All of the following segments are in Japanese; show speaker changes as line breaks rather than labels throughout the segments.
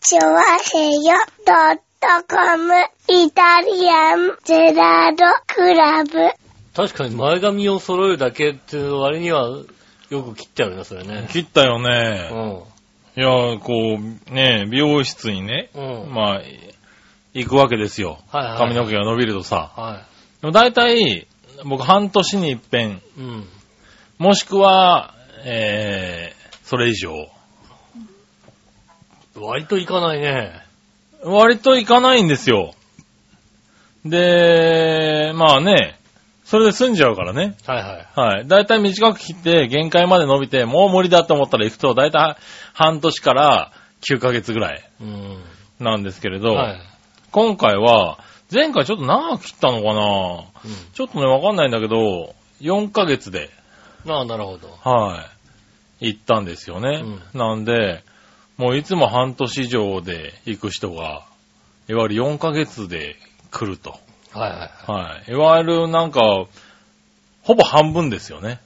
チョワヘヨドットコムイタリアンゼラードクラブ。
確かに前髪を揃えるだけっていう割には、よく切っちゃうね、それね。
切ったよ
う
ね。
ん。
いや、こう、ね、美容室にね、
うん。
まあ、行くわけですよ。
はいはい。
髪の毛が伸びるとさ。
は
でも大体、僕半年に一遍、
い。うん。
もしくは、えー、それ以上。
割といかないね。
割と行かないんですよ。で、まあね、それで済んじゃうからね。
はいはい。
はい。だいたい短く切って、限界まで伸びて、もう無理だと思ったら行くと、だいたい半年から9ヶ月ぐらい
うん。
なんですけれど、
はい。
今回は、前回ちょっと長く切ったのか
う
な
ん
ちょっとね、わかんないんだけど、4ヶ月で、
ああ、なるほど。
はい、行ったんですよね。なんで、もういつも半年以上で行く人が、いわゆる4ヶ月で来ると。
はいはいはい。
はい。いわゆるなんか、ほぼ半分ですよね。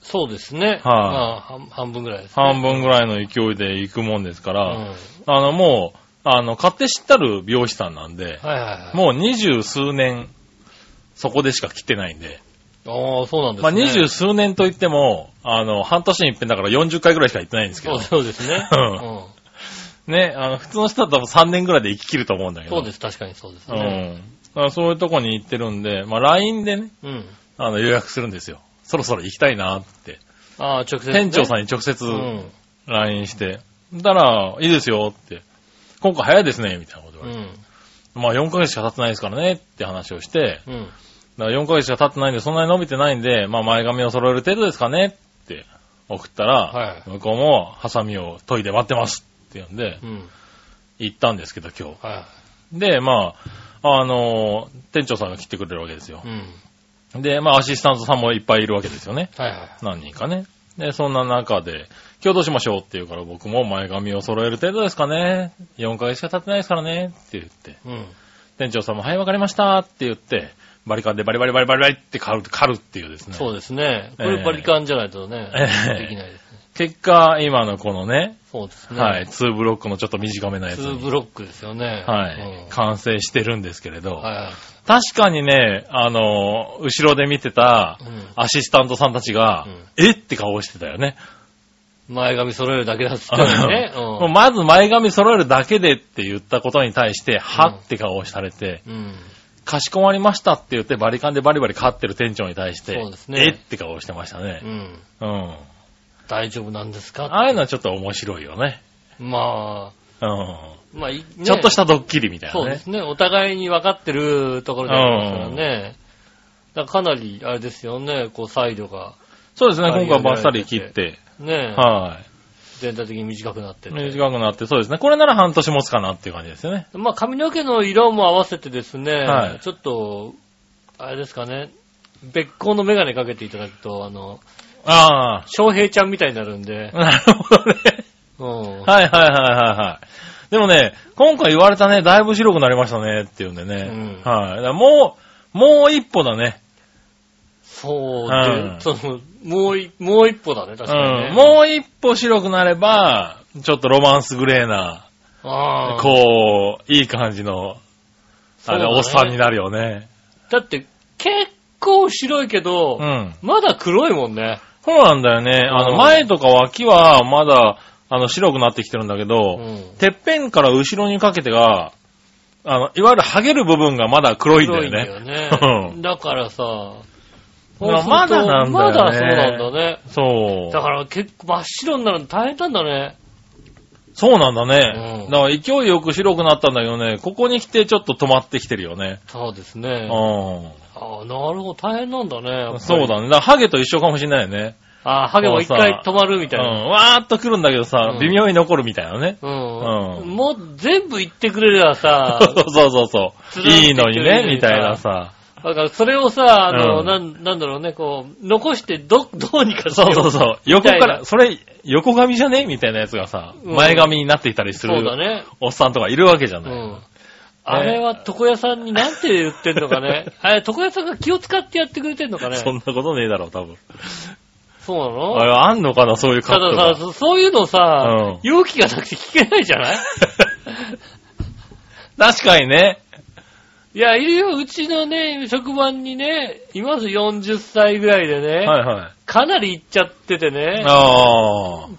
そうですね。まあ、半半分ぐらいです、ね。
半分ぐらいの勢いで行くもんですか
う
ら、
ん。
あのもう、あの、買って知ったる美容師さんなんで、
はいはいはい。
もう二十数年、そこでしか切ってないんで、
ああ、そうなんです
まあ
ね。
二十数年といっても、あの、半年に一遍だから40回ぐらいしか行ってないんですけ
そ
ど
う、そうですね。
うん
うん
ね、あの、普通の人だと多分3年ぐらいで行き切ると思うんだけど。。
そうですす、確かにそうです
うん。
ね。
だからそういうとこに行ってるんで、まあ LINE でね、
うん。
あの、予約するんですよ。そろそろ行きたいなって。
ああ、直接、ね。
店長さ
ん
んに直接
うん。
LINE して、だら、いいですよって。今回早いですね、みたいなこと言
う
われて、
ん。
まあ4ヶ月しか経ってないですからねって話をして、
うん。
だから4ヶ月しか経ってないんで、そんなに伸びてないんで、まあ前髪を揃える程度ですかねって送ったら、
は
向こうもハサミを研いで待ってますって言うんで
う、ん。
行ったんですけど今日。
は
で、まあ、あのー店長さんが切ってくれるわけですよ
い。う。ん。
で、まあアシスタントさんもいっぱいいるわけですよね。
はいはい。
何人かね。で、そんな中で、今日どうしましょうって言うから僕も前髪を揃える程度ですかね。4回しか経ってないですからね。って言って。
うん。
店長さんも、はい、わかりましたって言って、バリカンでバリバリバリバリバリって狩る、狩るっていうですね。
そうですね。こ
え
れ
え
バリカンじゃないとね、
ええ
できないですね。
結果、今のこのね、
そうですね。
はい、。2ブロックのちょっと短めなやつ
2
に、
ブロックですよね。
はい、
うん
完成してるんですけれど、
は
確かにね、あの、後ろで見てた
い。うん。
アシスタントさんたちが、えって顔をしてたよね。
前髪揃えるだけだっつったのに ね。
もうまず前髪揃えるだけでって言ったことに対して、はって顔をされて、
うん。うん。
かしこまりましたって言ってバリカンでバリバリ飼ってる店長に対して、
そうですね
えって顔をしてました
う
ね。
ん。
うん。
大丈夫なんですか
ああいうのはちょっと面白いよね。
まあ、
うん。
まあ、いね
ちょっとしたドッキリみたい
そう
な
で
ね。
すね。お互いに分かってるところでありますからね。だからかなり、あれですよね、こう、サイドが、
そうですね。
はい
今回バッサリ切って。
ね、
は
全体的に短くなって
い。
て。
短くなって、そうですね。これなら半年持つかなっていう感じですよね。
まあ、髪の毛の色も合わせてですね、
はい
ちょっと、あれですかね、別光のメガネかけていただくと、あの、
あ
翔平ちゃんみたいになるんで
あ。、 なるほどね。
うん。
はいはいはいはいはい。でもね、今回言われたね、だいぶ白くなりましたねっていうんでね。
うん
はい。だからもう、もう一歩だね。
そう
う
で、
ん
その、もうい、もう一歩だね、確かにね。
うん。もう一歩白くなれば、ちょっとロマンスグレーな、
ああ、
こう、いい感じの、あれ、
そうだね
おっさんになるよね。
だって、結構白いけど、
うん。
まだ黒いもんね。
そうなんだよね。あ
うん
の、前とか脇は、まだ、あの、白くなってきてるんだけ
う
ど、
ん。
てっぺんから後ろにかけてが、あの、いわゆる剥げる部分がまだ黒いんだよね。
黒いんだよ
う
ね。だからさ、
まあまだなんだよね
まだそうなんだね。
そう。
だから結構真っ白になるの大変なんだね。
そうなんだね。
うん
だから勢いよく白くなったんだけどね、ここに来てちょっと止まってきてるよね。
そうです
う
ね。
ん。
ああ、なるほど、大変なんだね。やっぱり
そう。だね。だからハゲと一緒かもしれないよね。
ああ、ハゲも一回止まるみ
う
た
ん。
いな。
わーっと来るんだけどさ
う、ん
微妙に残るみたいなね。
う。
うんん
もう全部言ってくれればさ、
そうそうそ
ず
う。
るっと
いいのに
い
ね、
いのに
みたいなさ。
だからそれをさ、あの、
うん
なん、なんだろうね、こう、残してど、 どうにかしよ
そうそうそう。横か
みたい
ら、
な
それ、横髪じゃねみたいなやつがさ、
うん
前髪になっていたりす
そうだ
る
ね。
おっさんとかいるわけじゃ
う
ない。
ん。あれは床屋さんになんて言ってんのかね。 あれ、床屋さんが気を使ってやってくれてんのかね。
そんなことねえだろ、多分。
そうな
あ
の
れ、あんのかな、そういう カッ
た
ト
ださそ、
が。
そういうのさ、
うん
勇気がなくて聞けないじゃない
確かにね。
いや、いるよ。うちのね、職場にね、います40歳ぐらいでね、
はいはい。
かなり行っちゃっててね、
ああ。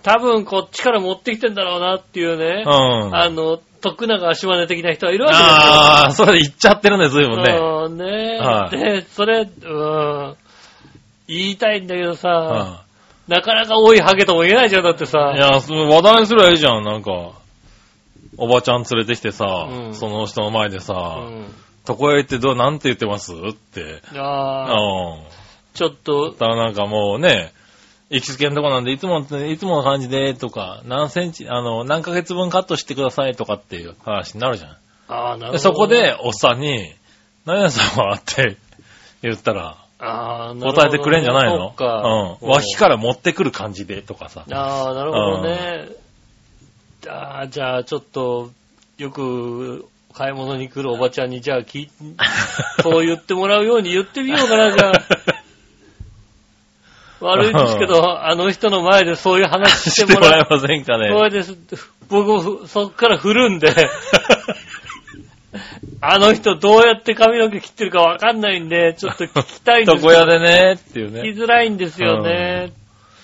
多分こっちから持ってきてんだろうなっていうね、
うん。
あの、徳永島根的な人はいるわけですよ。
ああ、それ言っちゃってるね、随分ね。
そうね。
はい
で、それ、うーん、言いたいんだけどさ、
うん
なかなか多いハゲとも言えないじゃん、だってさ。
いや、その話題にすればいいじゃん、なんか。おばちゃん連れてきてさ、
うん
その人の前で
う
さ、
ん、
床屋行ってどう、なんて言ってますって。う
ああ、
ん。
ちょっと、
だからなんかもうね、行きつけのとこなんで、いつも、いつもの感じで、とか、何センチ、あの、何ヶ月分カットしてくださいとかっていう話になるじゃん。
ああ、なるほど、
でそこ、で、おっさんに、何屋さんはって言ったら、
ああ、なるほどね
答えてくれんじゃないの
そっか。
うん。脇から持ってくる感じで、とかさ。
ああ、なるほどね。ああ、じゃあ、ちょっと、よく、買い物に来るおばちゃんに、じゃあ、き、そう言ってもらうように言ってみようかな、じ ゃあ。悪いですけど、あの人の前でそういう話し
してて
も
も
ら
ら
う
えませんかね。
そうです。僕もそっから振るんで、 あの人どうやって髪の毛切ってるかわかんないんで、ちょっと聞きたいん です
床屋でね、ってい
聞
うね。
きづらいんですよね。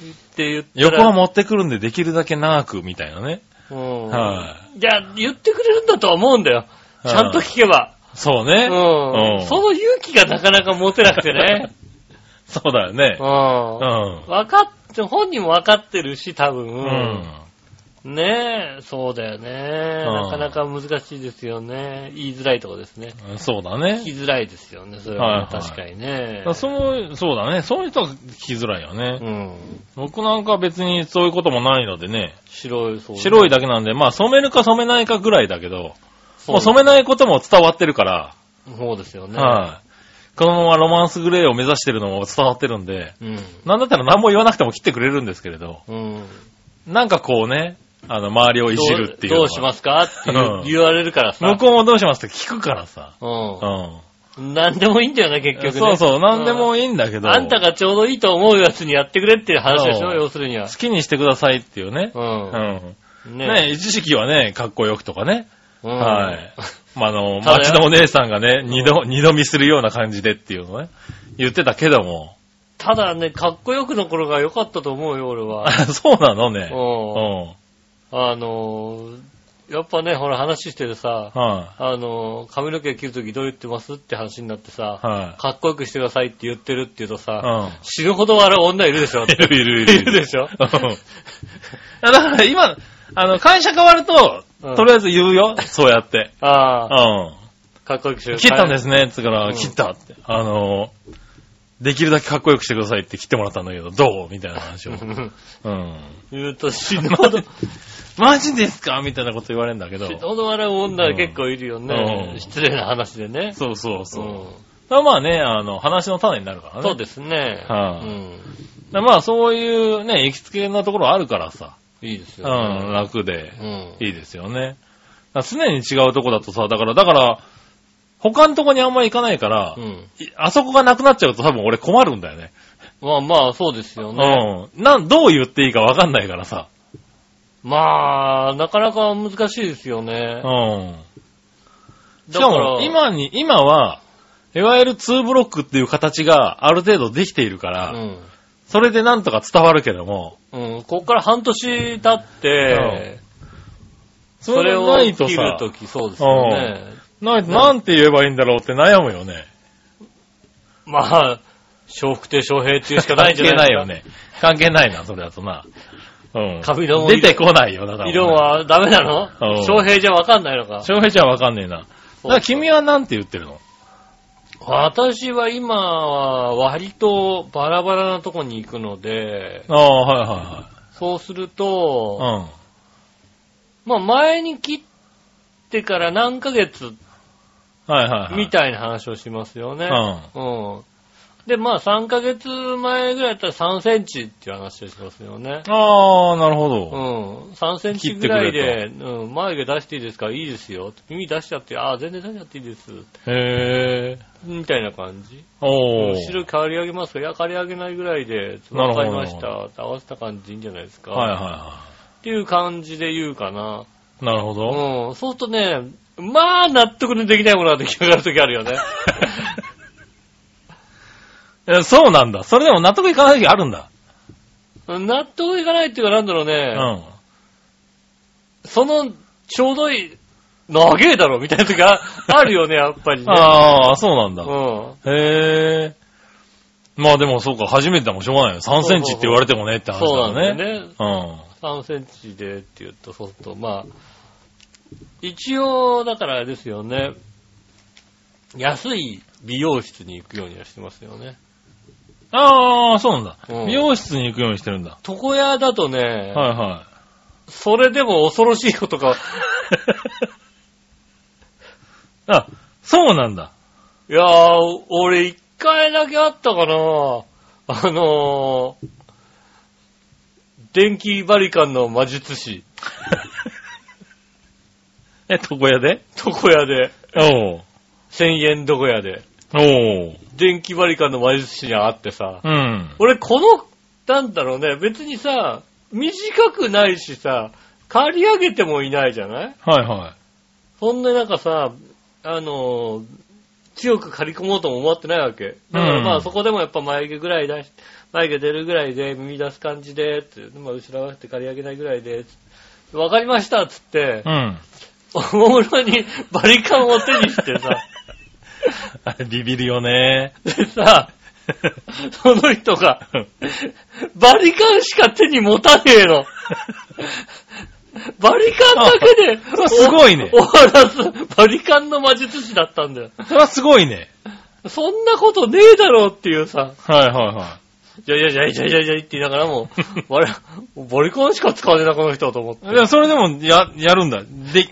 って言ったら。
横は持ってくるんでできるだけ長く、みたいなね。
うん
は
じゃあ、言ってくれるんだとは思うんだよ。ち
はい
ゃんと聞けば。
そう
う。
ね。うん
その勇気がなかなか持てなくてね。
そうだよね
う。。
うんん。
分かって、本人も分かってるし、多
う
分。
ん。
ねえ、そうだよね。
うん
なかなか難しいですよね。言いづらいとこですね。
そうだ
聞き
ね。
づらいですよね、それはね、
はいはい
確かにね。
そう、そうだね。そういう人は聞きづらいよ
う
ね。
ん。
僕なんか別にそういうこともないのでね。
白い、そう。
白
い、
いだけなんで、まあ染めるか染めないかぐらいだけど、もう染めないことも伝わってるから、
そうですよね。
はい。このままロマンスグレーを目指してるのも伝わってるんで、
うん。
なんだったら何も言わなくても切ってくれるんですけれど、
うん。
なんかこうね、あの、周りをいじるっていう
ど
の
うど
は
うしますかって言う
うん
言われるからさ。
向こうもどうしますって聞くからさ。
うん
う。ん。
なんでもいいんだよね、結局ね。
そうそう、なんでも
いい
いいんだけど、
あんたがちょうどいいと思うやつにやってくれっていう話でしょ、
そう
要するには
好。きにしてくださいっていうね。
う。
うんん。
ね
ね一時期はね、かっこよくとかね。
え。
は。
はい
まあ、あの、
ただね
町のお姉さんがね、二度、二度見するような感じでっていうのね、言ってたけども。
ただね、かっこよくの頃が良かったと思うよ、俺は
あ。そうなのね。
うん。
う
あのー、やっぱね、ほら話してるさ、
ん。はい。
あのー、髪の毛切るときどう言ってますって話になってさ、
は
かっこよくしてくださいって言ってるって言うと
い。
さ、
うん。
死ぬほど笑う女いるでしょ。
いるいるいる。
いるでしょ
うんいやだから今、あの、会社変わると
うん、
とりあえず言うよ。そうやって。う
ああ、
ん。
かっこよくしてくださ
切
い。
ったんですね。つうから、
うん
切ったって。あの、できるだけかっこよくしてくださいって切ってもらったんだけど、どうみたいな話を。うん。
言うと死ぬほど、
マジですかみたいなこと言われるんだけど。
人の笑う女結構いるよね。
うん
失礼な話でね。
そうそうそう。
うん
だからまあね、あの、話の種になるからね。
そうですね。
はあ
うん
だからまあそういうね、行きつけなところあるからさ。
いいです
う
よね。
ん、楽で。
うん
いいですよね。だから常に違うとこだとさ、だから、だから、他のとこにあんまり行かないから、
うん
いあそこがなくなっちゃうと多分俺困るんだよね。
まあまあ、そうですよね。
うん。なん、どう言っていいかわかんないからさ。
まあ、なかなか難しいですよ
う
ね。
ん。し
だか
からも、、今に、今は、いわゆる2ブロックっていう形がある程度できているから、それでなんとか伝わるけども、
うん。うん。こっから半年経って、
そ
それ
れ
を
ないと
切る
さ、
とき、そうですよね。
ないとなんて言えばいいんだろうって悩むよね。
まあ、笑福亭笑平っていうしかないんじゃ
関係
な
ないいよね。関係ないな、それだとな。うん。
髪の
出てこないよ、だから、
色。はダメなの
うん
翔平じゃわかんないのか。
翔平ちゃんわかんねえな。だから君はなんて言ってるの
私は今は割とバラバラなとこに行くので、
ああ、は
そうする
い
と、
はいはい。
まあ前に切ってから何ヶ月
うん。はいはい、はい。
みたいな話をしますよね。うん。で、まあ3ヶ月前ぐらいだったら3センチっていう話をしますよね。
うん。ああ、なるほ
う
ど。
ん。3センチぐらいで、うん、眉毛出していいですかいいですよ。耳出しちゃって、ああ、全然出しちゃっていいです。
へえ。
みたいな感じ。
お
後ろ
ー。
刈り上げますかいや、刈り上げないぐらいで、わ
なるほ
かり
ど
ました。合わせた感じでいいんじゃないですか。
はいは
っていう感じで言うかな。
いはい。なるほど。
うん。そうするとね、まあ、納得のできないものが出来上がるときあるよ ね。
いやそうなんだ。それでも納得いかない時あるんだ。
納得いかないっていうか、なんだろう
う
ね。
ん。
その、ちょうどいい、長えだろ、みたいな時があるよね、やっぱりね。
ああ、そうなんだ。
うん。
へえ。まあでもそうか、初めてだもんしょうがないよ。3センチって言われてもねって話だ
そうなん
もん
だよ
ね。
ね。
うん。
3センチでって言うと、そうすると、まあ、一応、だからあれですよね。安い美容室に行くようにはしてますよね。
ああ、そうなんだ
う。ん
美容室に行くようにしてるんだ。
床屋だとね、
はいは
それでも恐ろしいこと が、
い。あ、そうなんだ。
いやー、俺一回だけあったかなあのー、電気バリカンの魔術師、
え、床屋で
床屋で、
おう
1000円床屋で、
おう
電気バリカンの魔術師に会ってさ、
うん。
俺この、なんだろうね、別にさ、短くないしさ、刈り上げてもいないじゃない
はいは
そんななんかさ、あのー強く刈り込もうとも思ってないわけ。だからま
う
あ
ん
そこでもやっぱ眉毛ぐらい出し、眉毛出るぐらいで耳出す感じで、って、まあ後ろ合わせて刈り上げないぐらいで、つってわかりましたっつって
い。う、ん。
おもむろにバリカンを手にしてさ、
あれ ビビるよね。、
でさ、その人が、バリカンしか手に持たねえの。バリカンだけで
すごいね
お終わらす、バリカンの魔術師だったんだよ。
それはすごいね。
そんなことねえだろうっていうさ、
はいはいはい。
じゃいやいやいやいやいやいって言いながらも、あれ、バリカンしか使わねえな、この人と思って。
でもそれでも、や、やるんだ。で、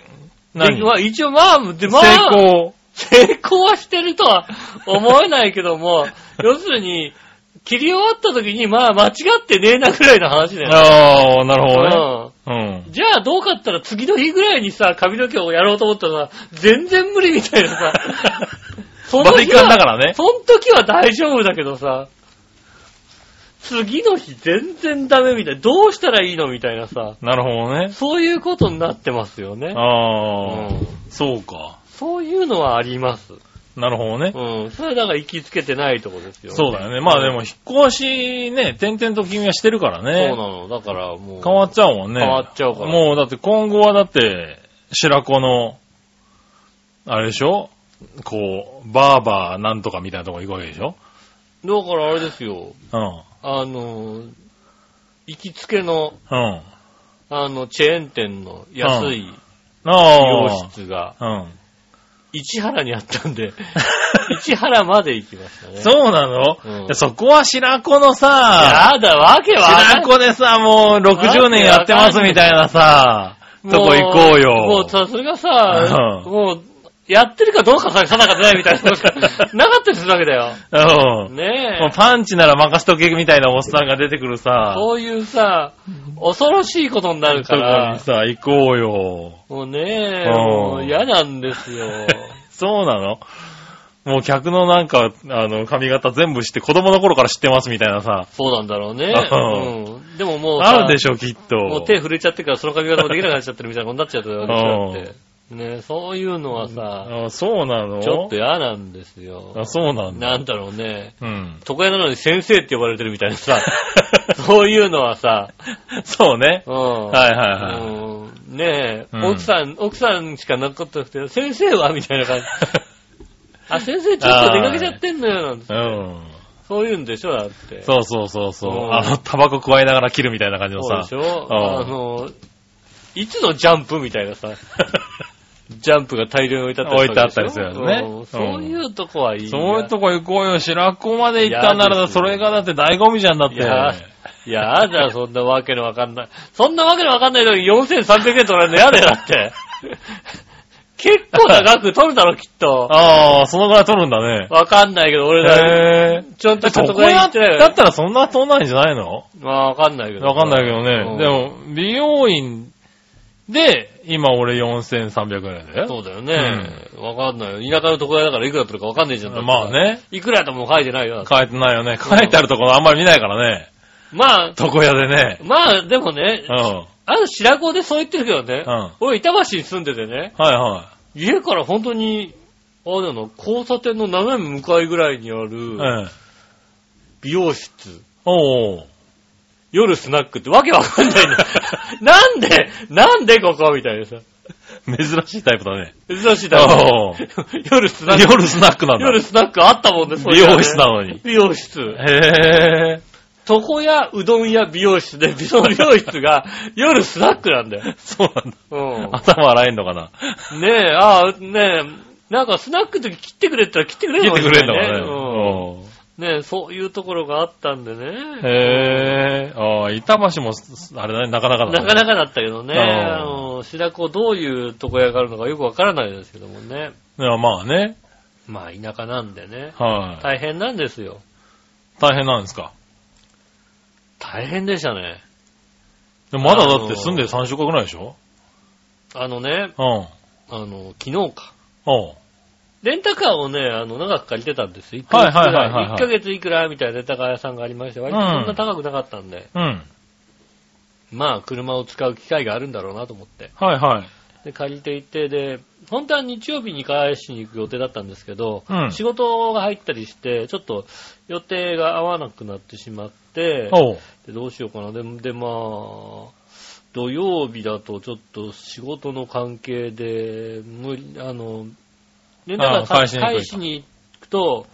何
でまあ一応まあ、でまあ、
成。功。
成功はしてるとは思えないけども、要するに、切り終わった時に、まあ間違ってねえなぐらいの話だよね。
ああ、なるほどね。
うん
うん。
じゃあどうかったら次の日ぐらいにさ、髪の毛をやろうと思ったらさ、全然無理みたいなさ。 その日は
バリカンだからね
その時は大丈夫だけどさ、次の日全然ダメみたい。どうしたらいいのみたいなさ、
なるほどね。
そういうことになってますよね。
ああ、
うん
そうか。
そういうのはあります。
なるほどね。
うん。それはだから行きつけてないとこですよね。
そうだよね。まあでも、引っ越しね、点々と君はしてるか
そ
ら
うな
ね。
の。だからもう。
変わっちゃうもんね。
変わっちゃうから
もうだって今後はだって、白子の、あれでしょこう、バーバーなんとかみたいなとこ行くわけでしょ
だからあれですよ。
うん。
あの、行きつけの、
うん。
あの、チェーン店の安い、美容
あ
室が
あ。うん。
市原にあったん で、市原まで行きましたね。
そうなの、
うん
いやそこは白子のさ、
やだ、わけわかん
白子でさ、もう60年やってますみたいなさ、と
も
こ行こうよ。
もうさすがさ、
うん
もう、やってるかどうかさ、定かじゃないみたいなのしか なかったりするわけだよ。
うん。
ね
もう
え。
パンチなら任しとけみたいなおっさんが出てくるさ、
そういうさ、恐ろしいことになるか
とこに
ら、
さ、行こうよ。
もうねえ、
うん
もう嫌なんですよ。
そうなのもう客のなんか、あの、髪型全部知って子供の頃から知ってますみたいなさ、
そうなんだろうね。
う
うん、でももうさ
あるでしょ、きっと。
もう手震えちゃってからその髪型もできなくなっちゃってるみたいなことになっちゃったよ
うん
私だって。ねそういうのはさ、
あそうなの
ちょっと嫌なんですよ
あ、。そうなんだ。
なんだろうね。
うん。
床屋なのに先生って呼ばれてるみたいな さ、そういうのはさ、
そうね。
うん。
はいはいはい。
うんねえ、
うん
奥さん、奥さんしか残ってなくて、先生はみたいな感じ。あ、先生ちょっと出かけちゃってんのよ、なんて。
うん。
そういうんでしょ、だって。
そうそうそうそうう。
ん
あの、タバコ加えながら切るみたいな感じの
そう
さ。
でしょあの、いつのジャンプみたいなさ、 ジャンプが大量に置いてあったり
置いてあったりするやつね
うん
うん
そういうとこはいい。
そういうとこ行こうよ。白子まで行ったんな
嫌で
ら、
すよ
それがだって醍醐味じゃんだっ
い
て。
や、いやだ、そんなわけのわかんない。そんなわけのわかんないのに4300円取られるのやだよ、だって。 結構な額取るだろ、きっと。
ああ、そのぐらい取るんだね。
わかんないけど、俺ら、
へえ。
ちょっと
だ
した
って
と
こ
こ
や
へ行ってない
だったらそんな取んないんじゃないの
まあ、わかんないけど。
わかんないけど
うん
ね。でも、美容院で、今俺4300円だよ。
そうだよね。わかんないよ。田舎の床屋だからいくら取るかわかんないじゃん。だって
まあ。ね。
いくらとも書いてないよ。だって
書いてないよね。書いてあるところあんまり見ないからね。
まあ、
床屋でね。
まあ、でもね
う、ん。
あの白子でそう言ってるけどね、
うん
俺板橋に住んでてね、
はいは
家から本当に、あれだな、交差点の斜め向かいぐらいにあ
え
る、
え。
美容室、
おう
夜スナックってわけわかんない ね。なんで、なんでここみたいなさ。
珍しいタイプだね。
珍しいだろ。夜スナック。
夜スナックなんだ。
夜スナックあったもんね、そうい
美
うのね
容室なのに。
美容室。
へえ。
床屋、うどん屋、美容室で、その美容室 が夜スナックなんだよ。
そうなんだ。
う
頭洗えんのかな。
ん。ねえ、ああ、ねえ、なんかスナックの時切ってくれって言ったら切ってくれ
聞
る
いてくれんの
ね。うん
かね。
ねえ、そういうところがあったんで
うん
ね。
へえ。ああ、板橋も、あれだね、なかなかだね。
なかなかだったけどね、
うん
あの、白子どういう床屋があるのかよくわからないですけどもね。
いや、まあね。
まあ、田舎なんでね。
はい。
大変なんですよ。
大変なんですか。
大変でしたね。
でもまだだって住んで3週間ぐらいでしょ
あのね、
うん。
あの、昨日か。
おう
レンタカーをね、あの、長く借りてたんですよ。1
は
ヶ月く
いはいはいはいはい
らい。1ヶ月いくらみたいなレンタカー屋さんがありまして、割とそんな高くなかったんで、
うん。
まあ、車を使う機会があるんだろうなと思って。
はいはい。
で、借りていて、で、本当は日曜日に返しに行く予定だったんですけど、
うん
仕事が入ったりして、ちょっと予定が合わなくなってしまって、
おう。
でどうしようかな。で、でまあ、土曜日だとちょっと仕事の関係で、無理、あの、連絡が
ああ
返
返し
し
に行くと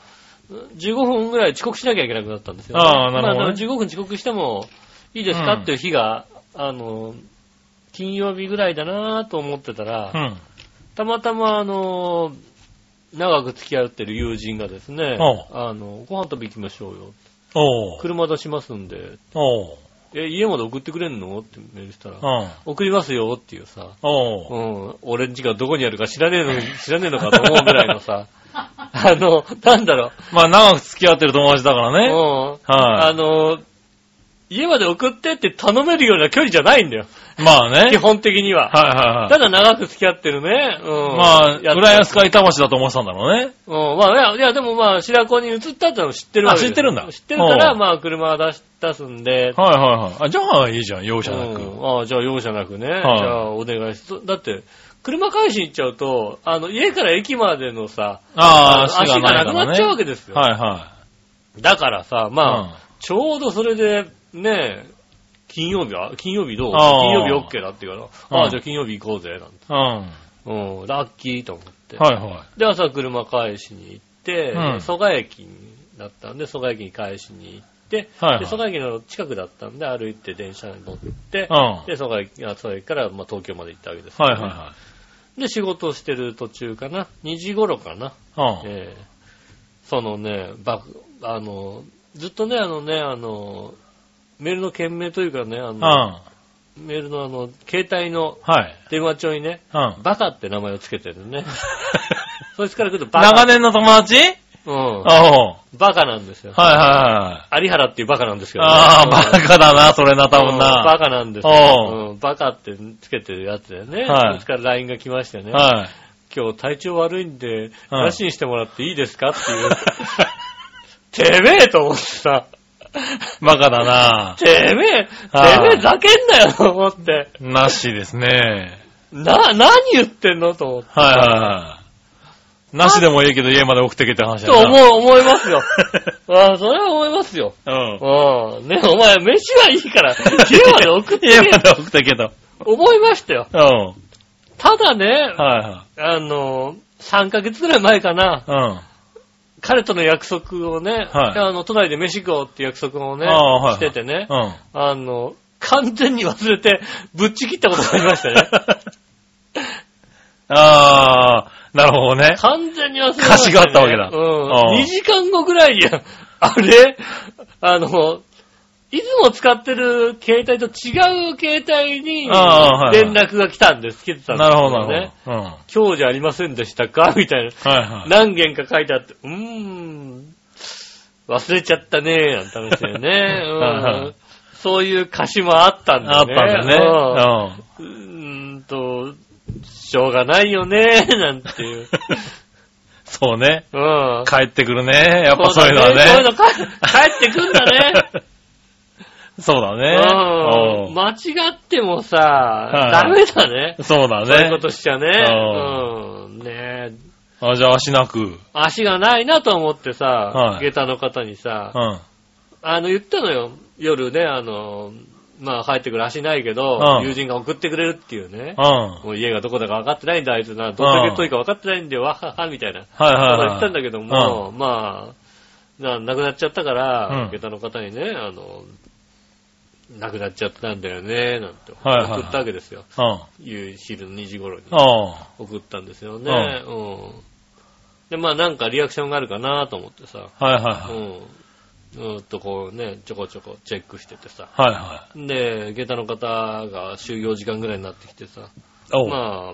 に行くと、15分ぐらい遅刻しなきゃいけなくなったんですよ、
ああなるほどね
まあ15分遅刻してもいいですか
うん
っていう日が、あの、金曜日ぐらいだなと思ってたら、
うん。
たまたまあの、長く付き合ってる友人がですね、あの、ご飯食べ行きましょうよ。
おう。
車出しますんで、
おう。
え、家まで送ってくれんのってメールしたら
う、ん。
送りますよっていうさ、う。
おう
ん、俺ん家がどこにあるか知らねえの、知らねえのかと思うぐらいのさ、 あの、なんだろ
まあ長く付き合ってる友達だから
う、う
ね。
ん、あ
は
の、家まで送ってって頼めるような距離じゃないんだよ、
い。まあ
基
ね。
本的には。
はいはいはい
た。だ長く付き合ってるね、うん。
まあ、
や
浦安か板橋だと思ってたんだろうね。
うん、まあ、いや、いやでもまあ、白子に移ったってのは知ってるわけです
あ知ってるんだ
知ってるから、
うん
まあ、車出し、出すんで、
はいはいはい。あ、じゃあいいじゃん、容赦なく。
うんああ、じゃあ容赦なくね。じ
はい
ゃあお願いし、だって、車返しに行っちゃうと、あの、家から駅までのさ、
ああ、
の
足が
足
な
が
いか
なく
らね。
なっちゃうわけですよ。
はいは
だからさ、
い。
まあ、ちょうどそれで、ねえ、金曜日は、金曜日どう
ああ
金曜日 OK だって言うから、
うん
ああ、じゃあ金曜日行こうぜ、なんて。
うん。うん。
うん、ラッキーと思って。
はいはい。
で、朝車返しに行って、
うん
蘇我駅だったんで、蘇我駅に返しに行って、
はいはい
で蘇我駅の近くだったんで、歩いて電車に乗って、
うん。はい
で、蘇我駅あ蘇我駅から、まあ、東京まで行ったわけです、
はいは
で、仕事をしてる途中かな、2時頃かな、
い。うん。
えーそのね、バあの、ずっとね、あのね、あの、メールの件名というかね、あ
うん。
の、
は
メールのあの、携帯の
い。
電話帳にね、
うん。
バカって名前をつけてる ね。そいつから来るとバカ。
長年の友達
うん。
おう
バカなんですよ。
はいはいはい。
有原っていうバカなんですけど、
ああ、バ
カ。
カだな、それな、多分
うんバ
な。
カなんです
お
よ。うんバカってつけてるやつだよね。
はい
ですから LINE が来ましてね。
はい。
今日体調悪いんで、
はい
なしにしてもらっていいですかっていう。 てめえと思ってさ。
バカだな。
てめえ、て
はい
めえざけんなよと思って。
なしですね。
な、何言ってんのと思って。
はいはいはい。なしでもいいけど家まで送ってけって話だ
と
な。
思う、思いますよ。ああ、それは思いますよ。
うん。
うん。ね、お前、飯はいいから、家まで送 って
家
け
まで送ってけと。
思いましたよ。
うん。はい
ただね、
は
あの、3ヶ月ぐらい前かな、
い。うん。
彼との約束をね、
はい
あの、都内で飯食おうって約束をね、
ああはいはい
しててね、
うん。
あの、完全に忘れて、ぶっちぎったことがありましたね。
ああ、なるほどね。
完全に忘れて、ね。
歌詞があったわけだ
う
ああ
ん。2時間後ぐらいに、あれあの、いつも使ってる携帯と違う携帯に
ああはいはい
連絡が来たんです。来てたんです
な
よ
るほど、なる
ね。
ほど。うん。は
今日じゃありませんでしたかみたいな。
いはい。
何件か書いてあって、うーん、忘れちゃったねなんて話だよね。
はいは
うん
い
そういう歌詞もあったんだ
あ
よ
ったん
ね。
だね。
うんうーんと、しょうがないよね なんていう。
うん。 そうね。
うん。
帰ってくるね。 やっぱそういうのは
そうだ
ね。
そういうの帰帰ってくんだね。
そうだ ね。
うん。
おう
間違ってもさ、
い
ダメだね。
そうだ
そういうこ
ね。
としちゃね。
う
うん。
あ、じゃあ足なく。うん。
足がないなと思ってさ、
はい
下駄の方にさ、
あ
あの、言ったのよ。夜ね、あの、まあ、帰ってくる足ないけど、
うん
友人が送ってくれるっていうね。
あ。
もう家がどこだか分かってないんだ、あいつな。どんだけ遠いか分かってないんだよ、わはは、みたいな。
はい
ま
はいは
あ
い。
言ったんだけども、まあ、な、亡くなっちゃったか
う
ら、
ん
下駄の方にね、あの、亡くなっちゃったんだよね、なんて
はいはいはい
送ったわけですよ。
うん。うん。
夕昼の2時頃に
ああ。
送ったんですよね。うん。で、まあなんかリアクションがあるかなと思ってさ、
はいはいは
う
い。
ん。ずーっとこうね、ちょこちょこチェックしててさ。
はいは
で、下駄の方が就業時間ぐらいになってきてさ、
い。おう。
まあ、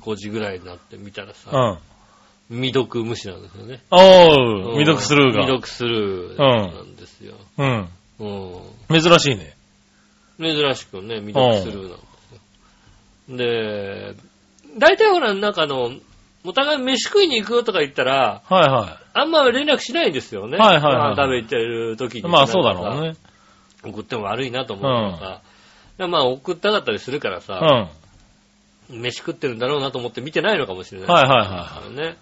5時ぐらいになって見たらさ、
うん。
未読無視なんですよね。
おう。未読スルー
未
が。
読スルーなんですよ。
うん。
うん。
珍しいね。
珍しくね、未読スルーなんですよ。で、大体ほら、なんかあの、お互い飯食いに行くとか言ったら、
はいは
あんま連絡しないんですよね。
はいはいはいは
ご
い
飯食べ行ってる時に。
い。まあそうだろうね。
送っても悪いなと思うからさ。でまあ送ったかったりするから
うん。
さ、
は
飯食ってるんだろうなと思って見てないのかもしれ
い
ない。
はい
い。
は
ね。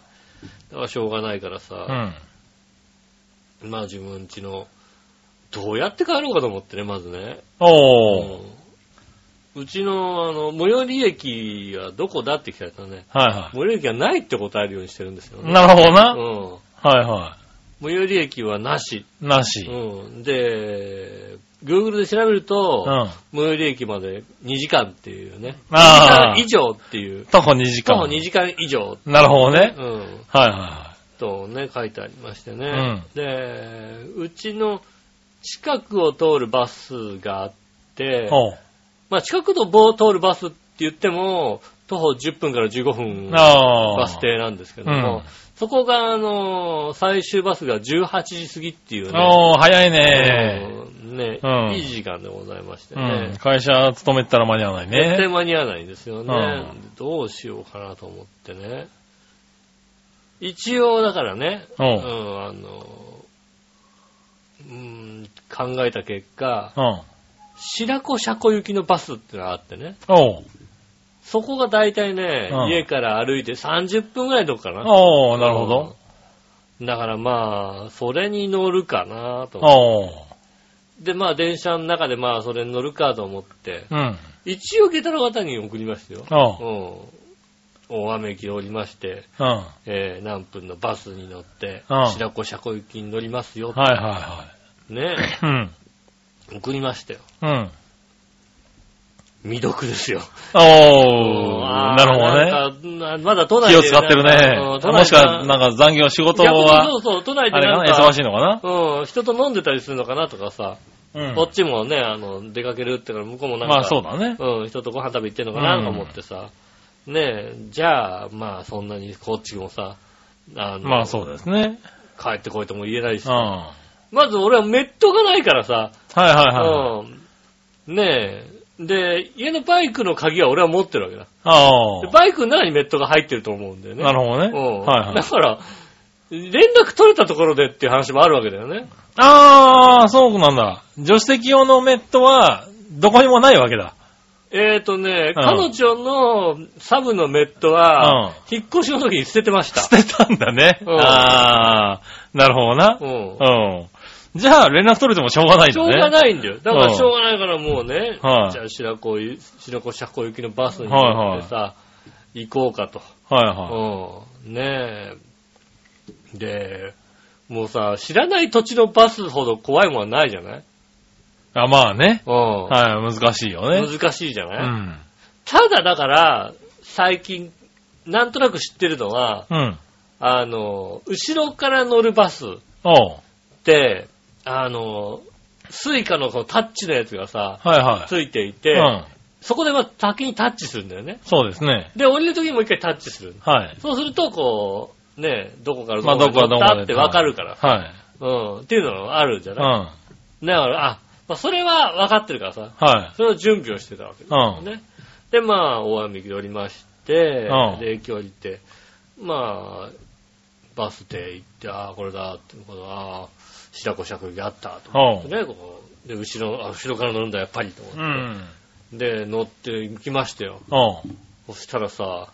だからしょうがないから
いは
さ、まあ自分家の、どうやって帰ろうかと思ってね、まずね。
い。うん。おう。
うんうちの、あの、最寄り駅はどこだって聞かれたらね、
はいは
最寄り駅はないって答えるようにしてるんですよ
い。
ね。
なるほどな。
うん。
はいは
最寄り駅はなし。
い。なし。うん。
うん。で、Google で調べると、
あ
最寄り駅まで2時間っていうね。
あ
2時間。以上っていう。
徒歩2時
しか
間。
も2時間以上。
なるほどね。
うん。
はいは
とね、書いてありましてね。で、うちの近くを通るバスがあって、
いはい。おう。
まあ、近くの棒を通るバスって言っても、徒歩10分から15分バ
ああ。
ス。停なんですけども、
うん
そこが、あのー最終バスが18時過ぎっていうね、
おー、早い
あ
ね。
のーね、
うん
いい時間でございまして
うん
ね。。
会社勤めてたら間に合わない
絶対
ね。
間に合わないんですよね、
う
どうしようかなと思ってね。一応、だからね、
う。
うんん、あのーうん、考えた結果、
うん。
白子車庫行きのバスってのがあってね。
おう。
そこが大体ね、
うん
家から歩いて30分ぐらいのとこかな。
おー、なるほど。
うん。だからまあ、それに乗るかなと。
おー。
で、まあ、電車の中でまあ、それに乗るかと思って、
うん。
一応下駄の方に送りましたよ。
おう。
うん。大雨駅で降りまして、
うん。は
えー、何分のバスに乗って、
うん
白子車庫行きに乗りますよ
い。はいは
ね、
い。うん。
送りましたよ。
うん。
未読ですよ。
おー、なるほどね。
ほどね。なんかまだ都内
気
で
を使ってる
う
ね
ん。都内
もしくは、なんか残業、仕事
逆にそ
は、
うそう、都内で
あれ
なん
か
か、
な忙しいのかな
うん、人と飲んでたりするのかなとかさ、
うん
こっちもね、あの、出かけるってから向こうもなんか、
まあそうだね。
うん、人とご飯食べ行ってんのかなとか思ってさ、ねえ、じゃあ、まあそんなにこっちもさ、あの、
まあそうですね。
帰ってこいとも言えないし
うん。
さ、
は
まず俺はメットがないからさ、
いはいはい。
うん、ねえ、で、家のバイクの鍵は俺は持ってるわけだ。
あ
で
あ。
バイクの中にメットが入ってると思うんだよね。
なるほどね。
うん
はいは
だ
い。
から、連絡取れたところでっていう話もあるわけだよね。
ああ、そうなんだ。助手席用のメットは、どこにもないわけだ。
えーとね、
うん
彼女のサブのメットは、引っ越しの時に捨ててました
捨。てたんだね。
うん
ああ、なるほどな
う。ん。
うん。じゃあ、連絡取れてもしょうがないん
し
だ
ょう
ね。
がないんだよ。だか
う
ら
ん
しょうがないからもうね、
はい
じゃあ白子い、白子車庫行きのバスに
はい
乗
はい
ってさ、行こうかと。
はいは
うん。ねえ。で、もうさ、知らない土地のバスほど怖いもんはないじゃない
い。あ、まあね。
うん。
はい、難しいよね。
難しいじゃ
う
ない、
ん。
ただだから、最近、なんとなく知ってるのは、
うん。
あの、後ろから乗るバスっ
おう。
て、あの、スイカのこのタッチのやつがさ、
はいは
ついてい
い。
て、
うん。
そこでまあ先にタッチするんだよね。
そうですね。
で、降りるときにもう一回タッチする。
はい。
そうすると、こう、ね、どこから
まあ、どこ
まで
は
乗
どこ
った
まで。
ってわかるから。
はい。
うん。っていうのがあるじゃ
うん。
ない、だ
は
から、あ、まあそれはわかってるからさ、
い。
それを準備をしてたわけ
う
ね。で、まあ、大雨駅で降りまして、
うん
で、駅降りて、まあ、バス停行って、ああ、これだ、ってことは、ああ、白子尺があった、と思ってね、ここ。で、後ろ、あ後ろから乗るんだ、やっぱり、と思って。
ん。うん。
で、乗って行きましたよ。
おう。
そしたらさ、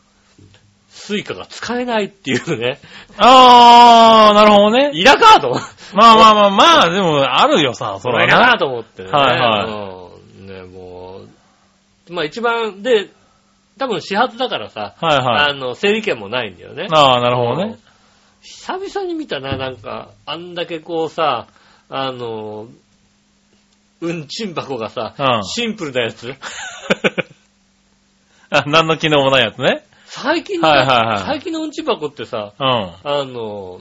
スイカが使えないっていうね。
あー、なるほどね。
いらかと思って。
まあまあまあまあ、でも、あるよさ、そ
それ
れ
な
は
ら
ね。
と思ってね。
はい
うんね、もう、まあ一番、で、多分始発だからさ、
はいは
あの、整理券もないんだよね
い。。あー、なるほど
うん
ね。。
久々に見たな、なんか、あんだけこうさ、あの、うんちん箱がさ、
うん
シンプルなやつ。
あ、何の機能もないやつね。
最近の、
はいはいはい
最近のうんちん箱ってさ、
うん。
あの、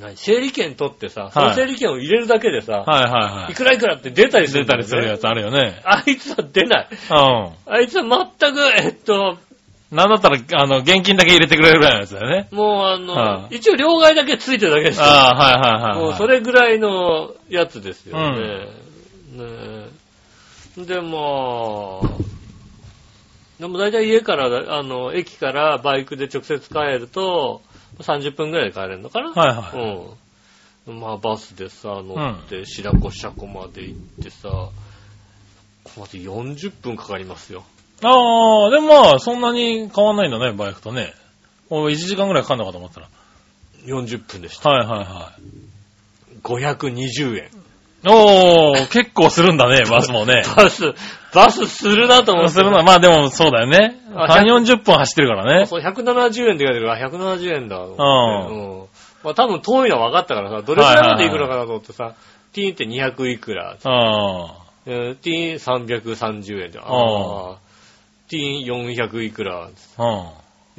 何整理券取ってさ、そ
は
の
い
整理券を入れるだけでさ、
はいはいはいい。
くらいくらって出たりする
出
んだ
た
よね、
りするやつあるよね。
あいつは出ない。
う
あいつは全く、えっと、
ん。なんだったら、あの、現金だけ入れてくれるぐらいのやつだよね。
もうあの、
はあ
一応両替だけついてるだけですよ。
あー、はいはいはいはい。
もうそれぐらいのやつですよね。ねえで、もでも大体家から、あの、駅からバイクで直接帰ると、30分ぐらいで帰れるのかな、
はいはい。
うん。まあ、バスでさ、乗って、白子車庫まで行ってさ、ここまで40分かかりますよ。
ああ、でもまあ、そんなに変わんないんだね、バイクとね。俺1時間ぐらいかかんのかと思ったら。
40分でした。
はいはいはい。
520円。
おー、結構するん だね、バスもね。
バス、バスするなと思って。
するな。まあでもそうだよね。
あ
3、40分走ってるからね。
そう、170円って書いてるから、あ170円だ。と思ってうん。まあ多分遠いのは分かったからさ、どれくらいまでいくのかなと思ってさ、ティーンって200いくら、
あ
えーティーン330円で、
あ
ああ、ティーン400いくら、
あ、うん。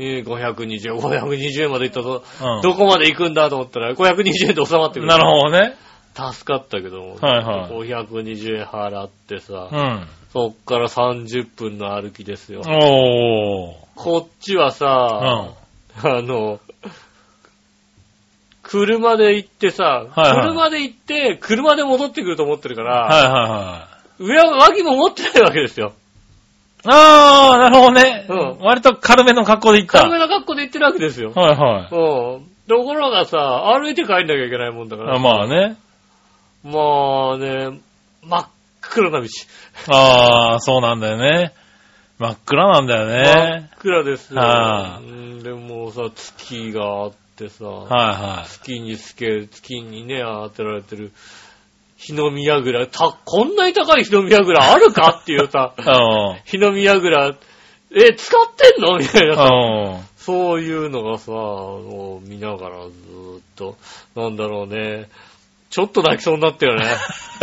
えー520円、520円までいったと、
うん
どこまで行くんだと思ったら、520円で収まってくる。
なるほどね。
助かったけども、
はいはい
520円払ってさ、
うん。
そっから30分の歩きですよ。
おー。
こっちは
うん。
さ、
は
あの、車で行ってさ、
はいはい
車で行って、車で戻ってくると思ってるか
い
ら、
はいはい。
上は上着も持ってないわけですよ。
あー、なるほどね。
うん
割と軽めの格好で行った。
軽め
はい
な格好で行ってるわけですよ。
はい。
うん。ところがさ、歩いて帰んなきゃいけないもんだから。
あまあね。
まあね、真っ暗な道。
あー、そうなんだよね。真っ暗なんだよ
真っ
ね。
暗ですよ。
はあ
うんでもさ、月があってさ、
はいはい。、
月に透ける、月にね、当てられてる、日の宮ぐらい、た、こんなに高い日の宮ぐらいあるかっていうさ
うん。
日の宮ぐらい、え、使ってんのみたいなさ、
うん。
そういうのがさ、もう見ながらずーっと、なんだろうね、ちょっと泣きそうになったよね。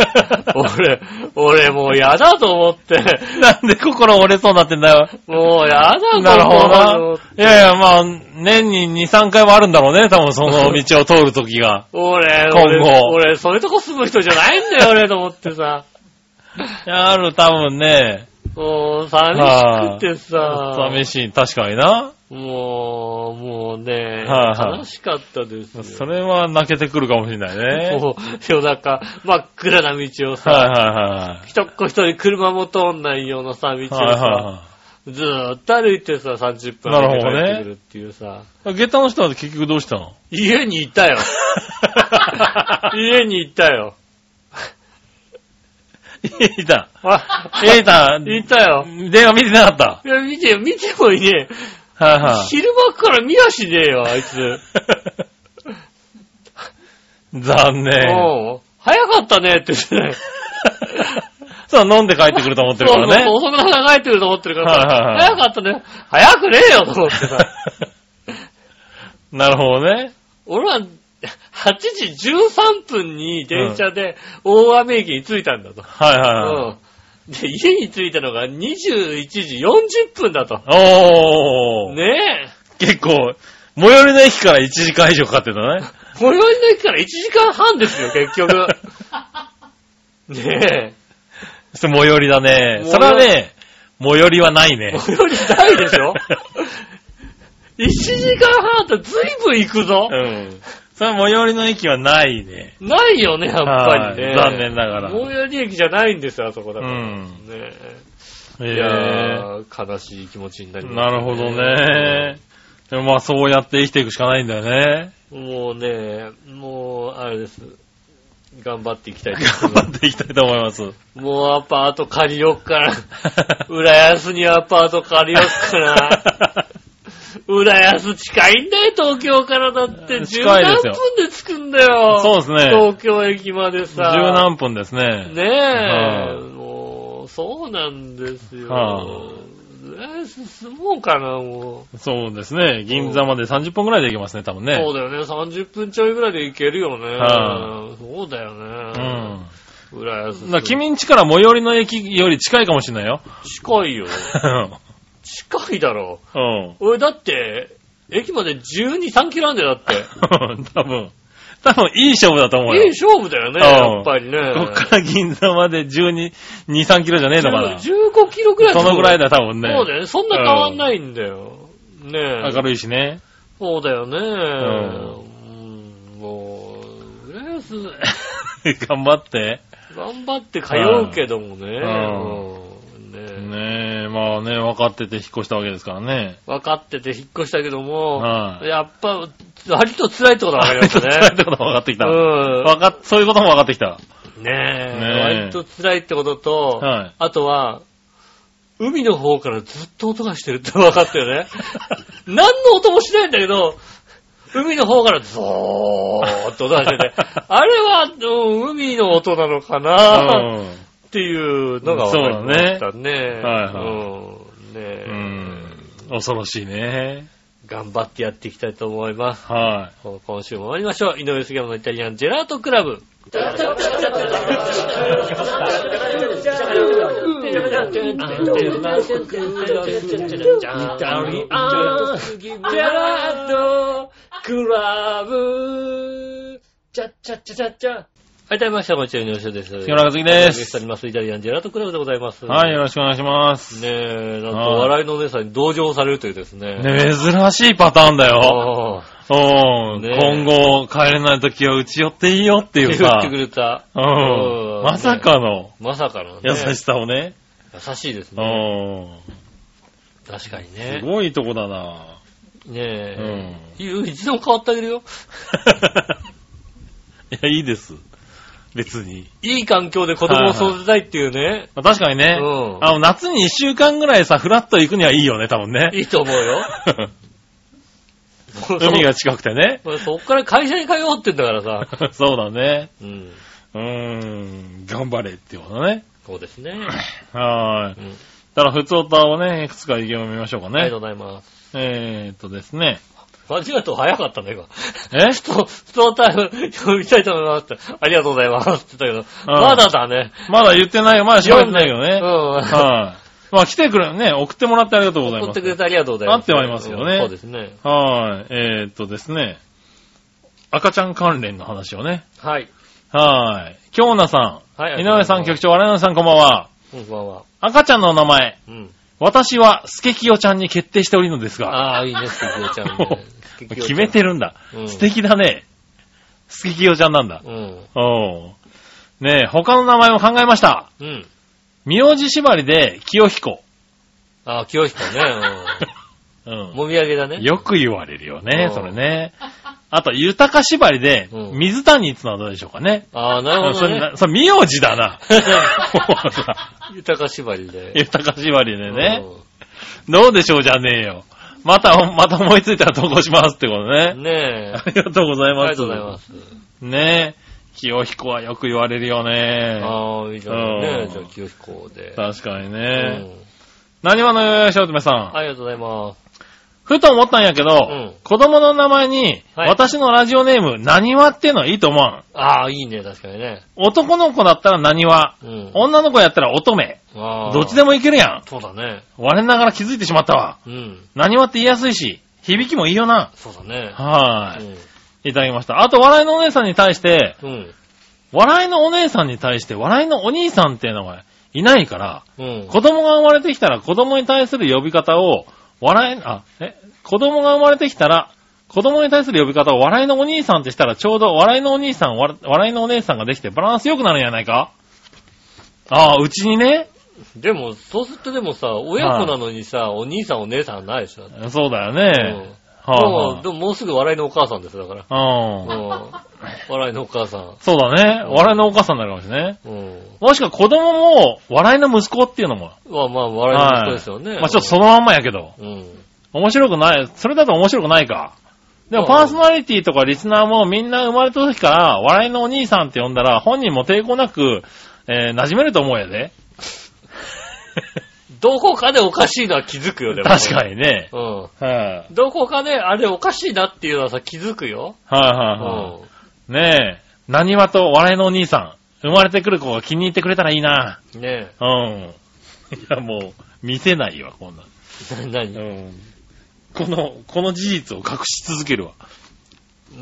俺、俺もうやだと思って、
なんで心折れそうになってんだよ。
もうやだと思って
なるほどな。いやいや、まあ、年に2、3回はあるんだろうね。多分その道を通ると きが。
俺、
今
俺
後、
俺、そういうとこ住む人じゃないんだ よ、俺と思ってさ。
いやある、多分ね。
もう、寂しくてさ、
寂しい。確かにな。
もう、もうね、
はいはい
悲しかったですよ。
それは泣けてくるかもしれないね。
もう、夜中、真っ暗な道をさ、
はいは
一っ子一人車も通んないようなさ、道を
いはい。
さ、
はいは
ずーっと歩いてさ、30分歩いて帰ってくるっていうさ、
いはい。下駄の人は結局どうしたの
家にい たよ。家にいたよ。
いた。
あ
いた。
いたよ。
電話見てなかっ
いや、見て、見てもいねえ。
た。はいは
昼間から見やしねえよ、あいつ。
い。残念。
うん早かったねって言ってない。
そう、飲んで帰ってくる と思ってるからね。
そうそう遅くなって帰ってくると思ってるからさ、
はいはいはい
早かったね。早くねえよと思ってさ。
なるほどね。
俺は、8時13分に電車で大雨駅に着いたんだと。
はいは
う
いはい。
ん。で、家に着いたのが21時40分だと。
おー、
ね
結構、最寄りの駅から1時間以上かかってたね。
え。最寄りの駅から1時間半ですよ、結 局。ね
それ最寄りだね。
最寄り
それはね、 最寄りはないね
え。。最寄りないで しょ ?1 時間半って随分行くぞ
う。ん。それは最寄りの駅はないね。
ないよね、やっぱりね。
はい残念ながら
最寄り駅じゃないんですよ、あそこだ
う
から。
ん。
ね
え
えいやー、悲しい気持ちになりま
な
す
るほどね。でもまあそうやって生きていくしかないんだよね。
もうね、もう、あれです。頑張っていきたいです
頑張っていきたいと思います。
もうアパート借 りよっかな。浦安にアパート借りよっかな。浦安近いんだよ、東京からだって。十
近い
何分
ですよ
で着くんだよ。
そうですね
東京駅まで
十
さ。
何分ですね。
ねえ、
はい
もう、そうなんですよ。
は
浦安住もうかな、も
そうですね。銀座まで30分くらいで行けますね、多分
う。
ね。
そうだよね、30分ちょいぐらいで行けるよね。
は
そうだよ
う
ね。
ん。
うん。浦安
だから君んちから最寄りの駅より近いかもしれないよ。
近いよ。近いだろ。
うん。
俺だって、駅まで12、3キロなんだよ、だ って。
多分。多分いい勝負だと思うよ。
いい勝負だよね、
うん
やっぱりね。
こっから銀座まで12、2、3キロじゃねえのかな。
15キロぐらい
そのぐらいだよ、多分ね。
そうだよね。そんな変わんないんだよ。ねえ。
明るいしね。
そうだよね。
う
うんもう、浦安、
頑張って。
頑張って通うけどもね。うんねえ
ねえ、まあね、分かってて引っ越したわけですからね。
分かってて引っ越したけども、
はい
やっぱ、割と辛いってことが分かりまし
辛い
た
っ
ね。
てことも分かってきた。
うん
分かっ、そういうことも分かってきた。
ねえ
ねえ
割と辛いってことと、
はい
あとは、海の方からずっと音がしてるって分かったよ ね。何の音もしないんだけど、海の方からゾーっと音が してて、あれは、うん海の音なのかな、
うん
っていうのが分かりましたね。
はいはい
うんねえ
うん。恐ろしいね。
頑張ってやっていきたいと思います。
は
今週も参りましょう。井上杉山のイタリアンジェラートクラブ。はい、どうも、こんにちは、井上杉です。
い。木村和
で。
樹ですす。
ります。イタリアンジェラートクラブでございます。
はい、
ね
よろしくお願いします。
え、なんと、
はい
笑いのお姉さんに同情されるというですね。
ね、珍しいパターンだよ。
ああ。
うん。
ね
今後、帰れない時はうち寄っていいよっていうさ
って。言ってくれた。
うん。まさかの
まさかのね。
優しさをね。
優しいです
う
ね。
ん。
確かに
す
ね。
ごいとこだな
ねえ。
う
いい一度も変わってあげるよ。
いや、いいです。別に。
いい環境で子供を育てたいっていうね。
まあ確かにね、
うん
あの、夏に一週間ぐらいさ、フラッと行くにはいいよね、多分ね。
いいと思うよ。
海が近くてね。
そそっから会社に通うってんだからさ。
そうだね。
うん。
うーん、頑張れっていうことね。
そうですね。
はー
う
い。
ん
ただ、普通歌をね、いくつか意見を見ましょうか
ありがと
ね。
うございます。
えーっとですね。
間違えた早かったね、今。
え
そう、不当タイム読みたいと思いますって。ありがとうございますって言ったけど、
うん
まだだね。
まだ言ってないよ。まだ喋ってないよね。
う
はい。まあ来てくれ、ね、送ってもらってありがとうござ い
ん。送
ま
って
す
く。れてありがとうございます。
待ってはいますよね
うんそうですね。
はい。えーっとですね。赤ちゃん関連の話をね。
はい。
はい。京奈さん。
はい
井上さん、局長、我々さん、こんばんは。
こんばんは。
赤ちゃんのお名前。
うん。
私は、スケキヨちゃんに決定しておりのですが。
ああ、いいね、スケキヨちゃん
も
ね
う。決めて
る。
るんだ。
うん
素敵だね。スケキヨちゃんなんだ。
うん。
おうねえ、他の名前も考えました。
うん。
苗字縛りで、清彦。
ああ、清彦ね。う
う
んん。もみあげだね。
よく言われるよね
う、ん
それね。あと、豊か縛りで
う、ん
水谷ってのはどうでしょうかね。
ああ、なるほ
そ
ど
れ
ね。
な、それ、苗字 だな。 もうさ
豊か縛りで。
豊か縛りでね。
う
どうでしょうじゃねえよ。また、また思いついたら投稿しますってこと
ん。
ね。
ねえ。
ありがとうござい
あり
ます。
がとうございます。
ねえ。清彦はよく言われるよね。
ああ、いいじゃないね。
うん
じゃあ、清彦で。
確かに
う
ね。
ん
なにわのよよしおとめさん。
ありがとうございます。
ふと思ったんやけど、
うん
子供の名前に、
はい
私のラジオネーム、なにわっていうのはいいと思わん。
ああ、いいね、確かにね。
男の子だったらなにわ。
うん。
女の子やったら乙女。
ああ
どっちでもいけるやん。
そうだね。
我ながら気づいてしまったわ。
うん。
なにわって言いやすいし、響きもいいよな。
そうだね。
はーい。いただきました。あと、笑いのお姉さんに対して、
うん。うん。
笑いのお姉さんに対して、笑いのお兄さんっていうのがいないから、
うん。
子供が生まれてきたら子供に対する呼び方を、笑い、あ、え、子供が生まれてきたら、子供に対する呼び方を笑いのお兄さんってしたらちょうど笑いのお兄さん、わ笑いのお姉さんができてバランス良くなるんじゃないかああ、うちにね。
でも、そうするとでもさ、親子なのにさ、お兄さんお姉さんないでしょ。
そうだよ
うん
ね。
もう、
は
でももうすぐ笑いのお母さんですよ、だから。
あ、はあ。うん。
うん。笑いのお母さん。
そうだね。
うん
笑いのお母さんになるかもしれないね。
うん。
もしくは子供も笑いの息子っていうのも。
まあまあ、
は
笑いの息子ですよね。
まあちょっとそのまんまやけど。
うん。
面白くない、それだと面白くないか。でも
そう
パーソナリティとかリスナーもみんな生まれた時から、笑いのお兄さんって呼んだら、本人も抵抗なく、えー、馴染めると思うやで。
どこかでおかしいのは気づくよ、でも。
確か。にね。
うん。
はい、はい、
どこかで、あれおかしいなっていうのはさ、気づくよ。う
はい、
ん。
ねえ、何わと笑いのお兄さん、生まれてくる子が気に入ってくれたらいいな。
ね
うん。いや、もう、見せないわ、こんなの。
え。な、なに、
うん。この、この事実を隠し続けるわ。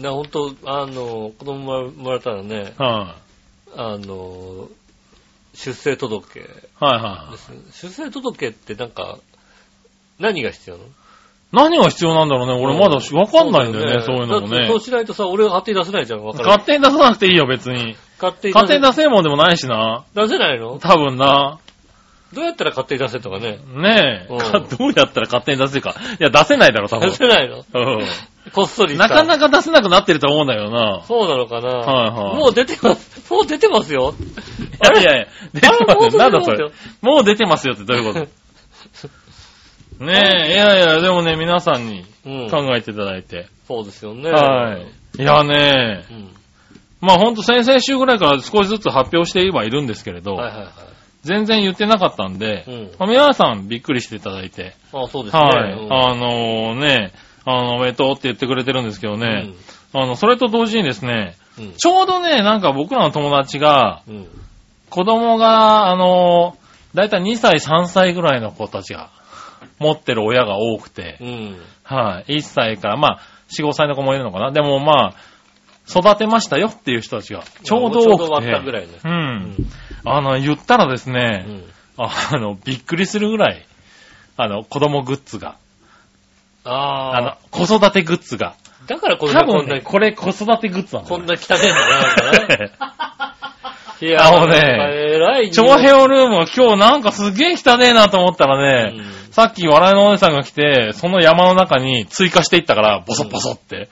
な、ほんと、あの、子供生まれたらね、
は
あの、出生届で
い、はいはいはい。
すね。出生届ってなんか、何が必要なの
何が必要なんだろうね。俺まだしわかんないんだよね、そういうのも
だって
ね
そう。しないとさ、俺が勝手に出せないじゃん、わかる
勝手に出さなくていいよ、別に。
勝手に
勝手に
出
出せるもんでもないしな。
せ出せないの
多分な。
どうやったら勝手に出せとかね。
ね
うん
え。か どうやったら勝手に出せるか。いや、出せないだろ、多
出
分。
せないの
う
こっそり
ん。なかな
か。
か出せなくなってると思うんだよ な。
そうなのかな、
はいはい
もう出てます。もう出てますよ。あれ
いやいやいや、出てますよ。
あ
なん
れもう出てますよ
だそれ。もう出てますよってどういうこと ねえ、いやいや、でもね、皆さんに
うん。
考えていただいて。
そうですよね。
はい。。いやねえ、
うん。
まあほんと先々週ぐらいから少しずつ発表してはいるんですけれど、
はいはいは
全然言ってなかったんで、
い。うん。
まあ皆さんびっくりしていただいて、
あそうですね。
はい。
うん
あのね、あの、おめでとうって言ってくれてるんですけどね、あの、それと同時にですね、
うん。うん
ちょうどね、なんか僕らの友達が、
うん。
子供が、あの、だいたい2歳、3歳ぐらいの子たちが持ってる親が多くて
う、ん。
はい、1歳から、まあ、4、5歳の子もいるのかな。でもまあ、育てましたよっていう人たちがちょうど多くて。
ちょうど終わったぐらいね
う。
うんん。
あの、言ったらです
う
ね、
ん。
あの、びっくりするぐらい、あの、子供グッズが、あの
ああ。、
子育てグッズが、
だからこれ
多
がこん
分
な
ね、これ子育てグッズなんだ
こ
よ
んな汚ねえんだな、なんかね。いや
あのね
えらい匂い。
長編ルームは今日なんかすげえ汚ねえなと思ったらね、
うん
さっき笑いのお姉さんが来て、その山の中に追加していったから、ボソボソって。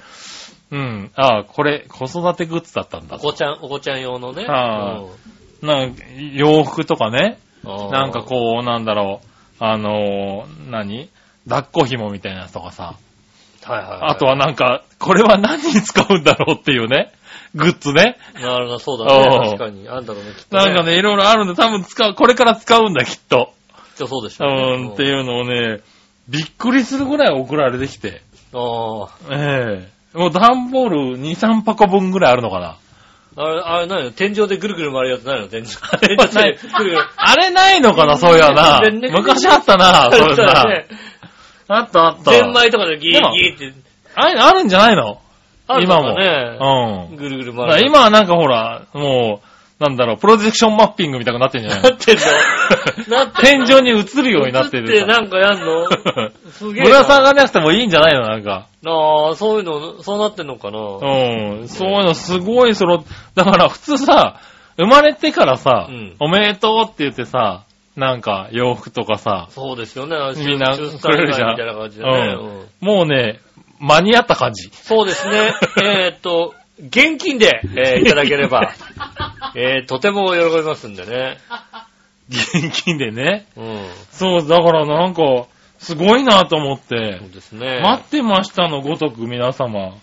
うん、ああ、これ子育てグッズだったんだ
お。子ちゃん、お子ちゃん用のね。
あー
うん
なんか洋服とかね、
あー
なんかこう、なんだろう、あのー何抱っこ紐みたいなやつとかさ、
はいはいい。
あとはなんか、これは何に使うんだろうっていうね、グッズね。
なるほど、そうだね。
お
確
う
かに。あんだろうね、きっと、
なんか。ね、いろいろあるんで、多分使う、これから使うんだ、きっと。
きっとそうでし
う
ょね
ん、っていうのをね、びっくりするぐらい送られてきて。
ああ。
ええもう段ボール2、3箱分ぐらいあるのかな。
あれ、あれ何の天井でぐるぐる回るやつないの 天井。天井
はない
で ぐるぐる。
あれないのかな、そういやな
全然。
昔あったな、 そういう
そうだ
な。
ね。
あったあった。
千枚とかでギー
でも
ギーって。
あれあるんじゃないの
あるの
今
か
も。
ね。
うん。
ぐるぐる
だ
回
から
る。
今はなんかほら、もう、なんだろう、プロジェクションマッピングみたいになってんじゃない
な
の
ってん のなってん
天井に映るようになって
映って
る。
なんかやんのすげえ
ぶ
な。
ら下がらなくてもいいんじゃないのなんか。
ああ、そういうの、そうなってんのかな。
うん、そういうのすごいその、だから普通さ、生まれてからさ、
うん
おめでとうって言ってさ、なんか洋服とかさ、
そうですよね。
みんな
出産
くれるじゃん
みたいな感じでね。
うん
うん
もうね、間に合った感じ。
そうです ね。えーっと、現金で、えーいただければ、えーとても喜びますんでね。
現金でね。
うん。
そう、だからなんか、すごいなと思って
そ、うですね。
待ってましたのごとく皆様、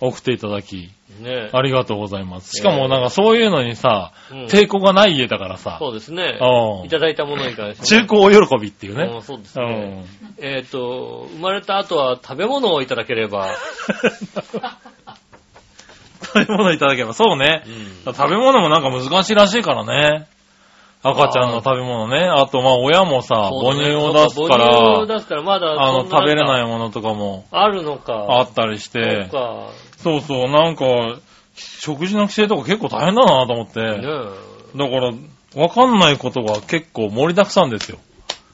送っていただき、
ね、
ありがとうございます。しかもなんかそういうのにさ、
うん
抵抗がない家だからさ、
そうですね。
うん
いただいたものに関して。
中古お喜びっていう
う
ね
ん。そうです
う
ね。
ん。
えーっと、生まれた後は食べ物をいただけれ ば、
食べ物いただければ、そうね
う。ん
食べ物もなんか難しいらしいからね。赤ちゃんの食べ物ね。あと、まあ、親もさ、
そう
母
だね
乳を出すか
そう母乳を
ら、
出すから、まだ
あの、
そんな。
食べれないいものとかも
あるのか。
あったりし
そ
て
う、か。
そうそう、なんか、食事の規制とか結構大変だなと思って、
ね
だ
え
から、わかんないことが結構盛りだくさんですよ。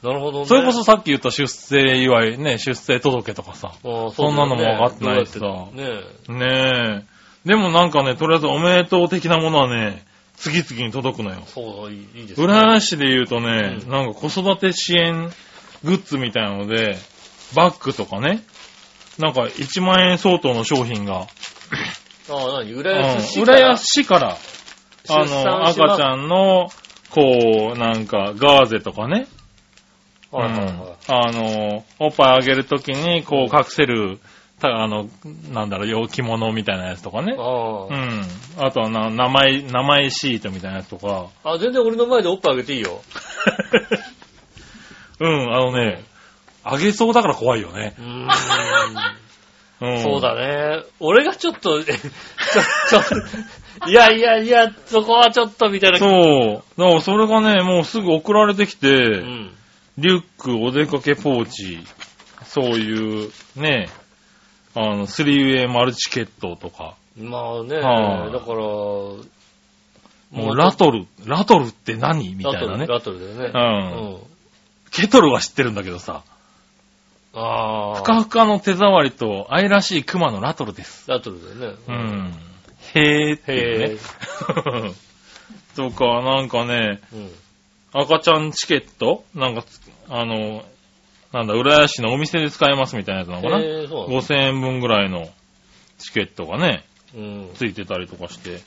なるほどね。
それこそさっき言った出生祝い、ね、出生届とかさ、
ああ、
そんなのも分かってないしさ
そうだよねどうやってね
ねえ。でもなんかね、とりあえずおめでとう的なものはね、次々に届くのよ
え。そう、いいいいですね。
浦安市で言うとね、
うん
なんか子育て支援グッズみたいなので、バッグとかね、なんか1万円相当の商品が、
ああ、なに、浦安
う
市
ん、
から
浦安市から、あ
出産
の、
します
赤ちゃんの、こう、なんか、ガーゼとかね、
はいはいは
あの、おっぱいあげるときに、こう隠せる、たあの、なんだろう、よ着物みたいなやつとかね
い。。あ
う
あ、
ん。あとはな、名前、名前シートみたいなやつとか。
あ、全然俺の前でおっぱいあげていいよ。
うん、あのね、あげそうだから怖いよね。
うーん。
うん。
そうだね。俺がちょっと、えち ょ、ちょ、いやいやいや、そこはちょっとみたいな。
そう。だからそれがね、もうすぐ送られてきて、
うん。
リュック、お出かけポーチ、そういう、ね、あの、3way マルチケットとか、
まあね、
はい
だから、も
もうラトル、ラトルって何みたいなね。
ラトルラトルだよね。
うん
うん。
ケトルは知ってるんだけどさ、
ああ。
ふかふかの手触りと愛らしいクマのラトルです。
ラトルだよね。
うん。へーっていう
へ
ね。 とか、なんかね、
え。うん。
赤ちゃんチケットなんかつ、あの、なんだ、浦安市のお店で使えますみたいなやつなのかな、
えー、そうなんだ。
5000円分ぐらいのチケットがね、
うん。
ついてたりとかして、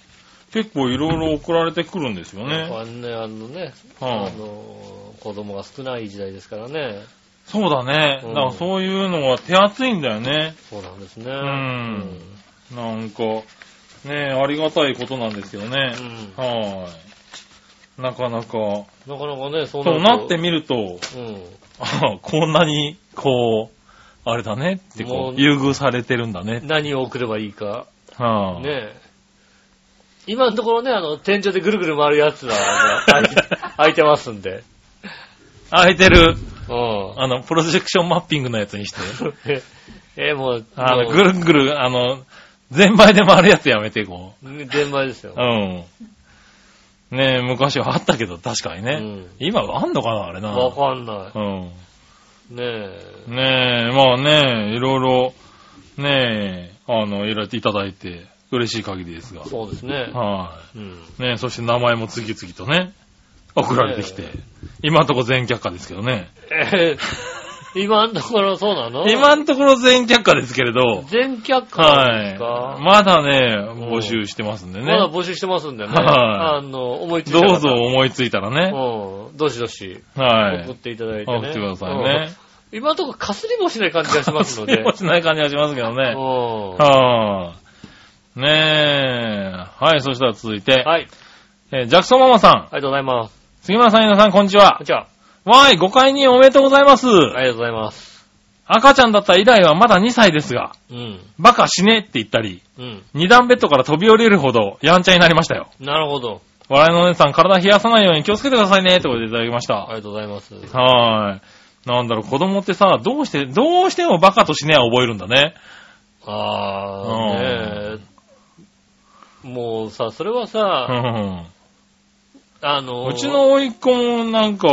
結構いろいろ送られてくるんですよね。
あのね、あのね、
は
あの、子供が少ない時代ですからね。
そうだね。
う
だ
ん
からそういうのは手厚いんだよね。
そうなんですね。うん
なんか、ねえありがたいことなんですよね。
うん
はーい。なかなか、そ
なかなかね、そう
う
な
な
る
ってみると、
とうん。
あこんなに、こう、あれだねって
も
こ
う
う、優遇されてるんだね。
何を送ればいいか。
はあ、
ねえ。今のところね、あの、天井でぐるぐる回るやつは、あの開いて開いてますんで。
空いてる、
うん。
あの、プロジェクションマッピングのやつにして。
え、もう、
あの、
もう
ぐるんぐる、あの、全米で回るやつやめていこ
全米ですよ
う。う。ん。ねえ、昔はあったけど、確かにね。
うん
今はあんのかな、あれな。
わかんな
うん。
い。ねえ。
ねえ、まあねえ、いろいろ、ねえ、あの、いろいろいただいて、嬉しい限りですが。
そうですね。
は
うん。
い。ねえ、そして名前も次々とね、送られてきて。今んとこ全却下ですけどね。
えー、今のところそうなの
今んところ全却下ですけれど、
全却下なん
は
です
い
か、。
まだね、募集してますんでね。
まだ募集してますんでね。
はい
あの、思いついた
どうぞ
方
思いついたらね。
うん。どしどし、
は
送っ
い。
ていただいてね。
送ってくださいね。
うん。今のところかすりもしない感じがしますので。
忘れもしない感じがしますけどね。
うん
はあ。ねえ。はい、そしたら続いて、
はい。
えージャクソンママさん、
ありがとうございます。
杉村さん、皆さん、こんにち
こん
は。
にちは。
わーい、ご解任おめでとうございます。
ありがとうございます。
赤ちゃんだった以来はまだ2歳ですが、
うん。
バカ死ねって言ったり、
うん。
二段ベッドから飛び降りるほど、やんちゃになりましたよ。
なるほど。
笑いのお姉さん、体冷やさないように気をつけてくださいね、ってことでいただきまし
あ
た。
りがとうございます。
はーい。なんだろう、子供ってさ、どうして、どうしてもバカと死ねは覚えるんだね。
あー、ねえ。もうさ、それはさ、
うん。
あの
うちの甥っ子もなんか、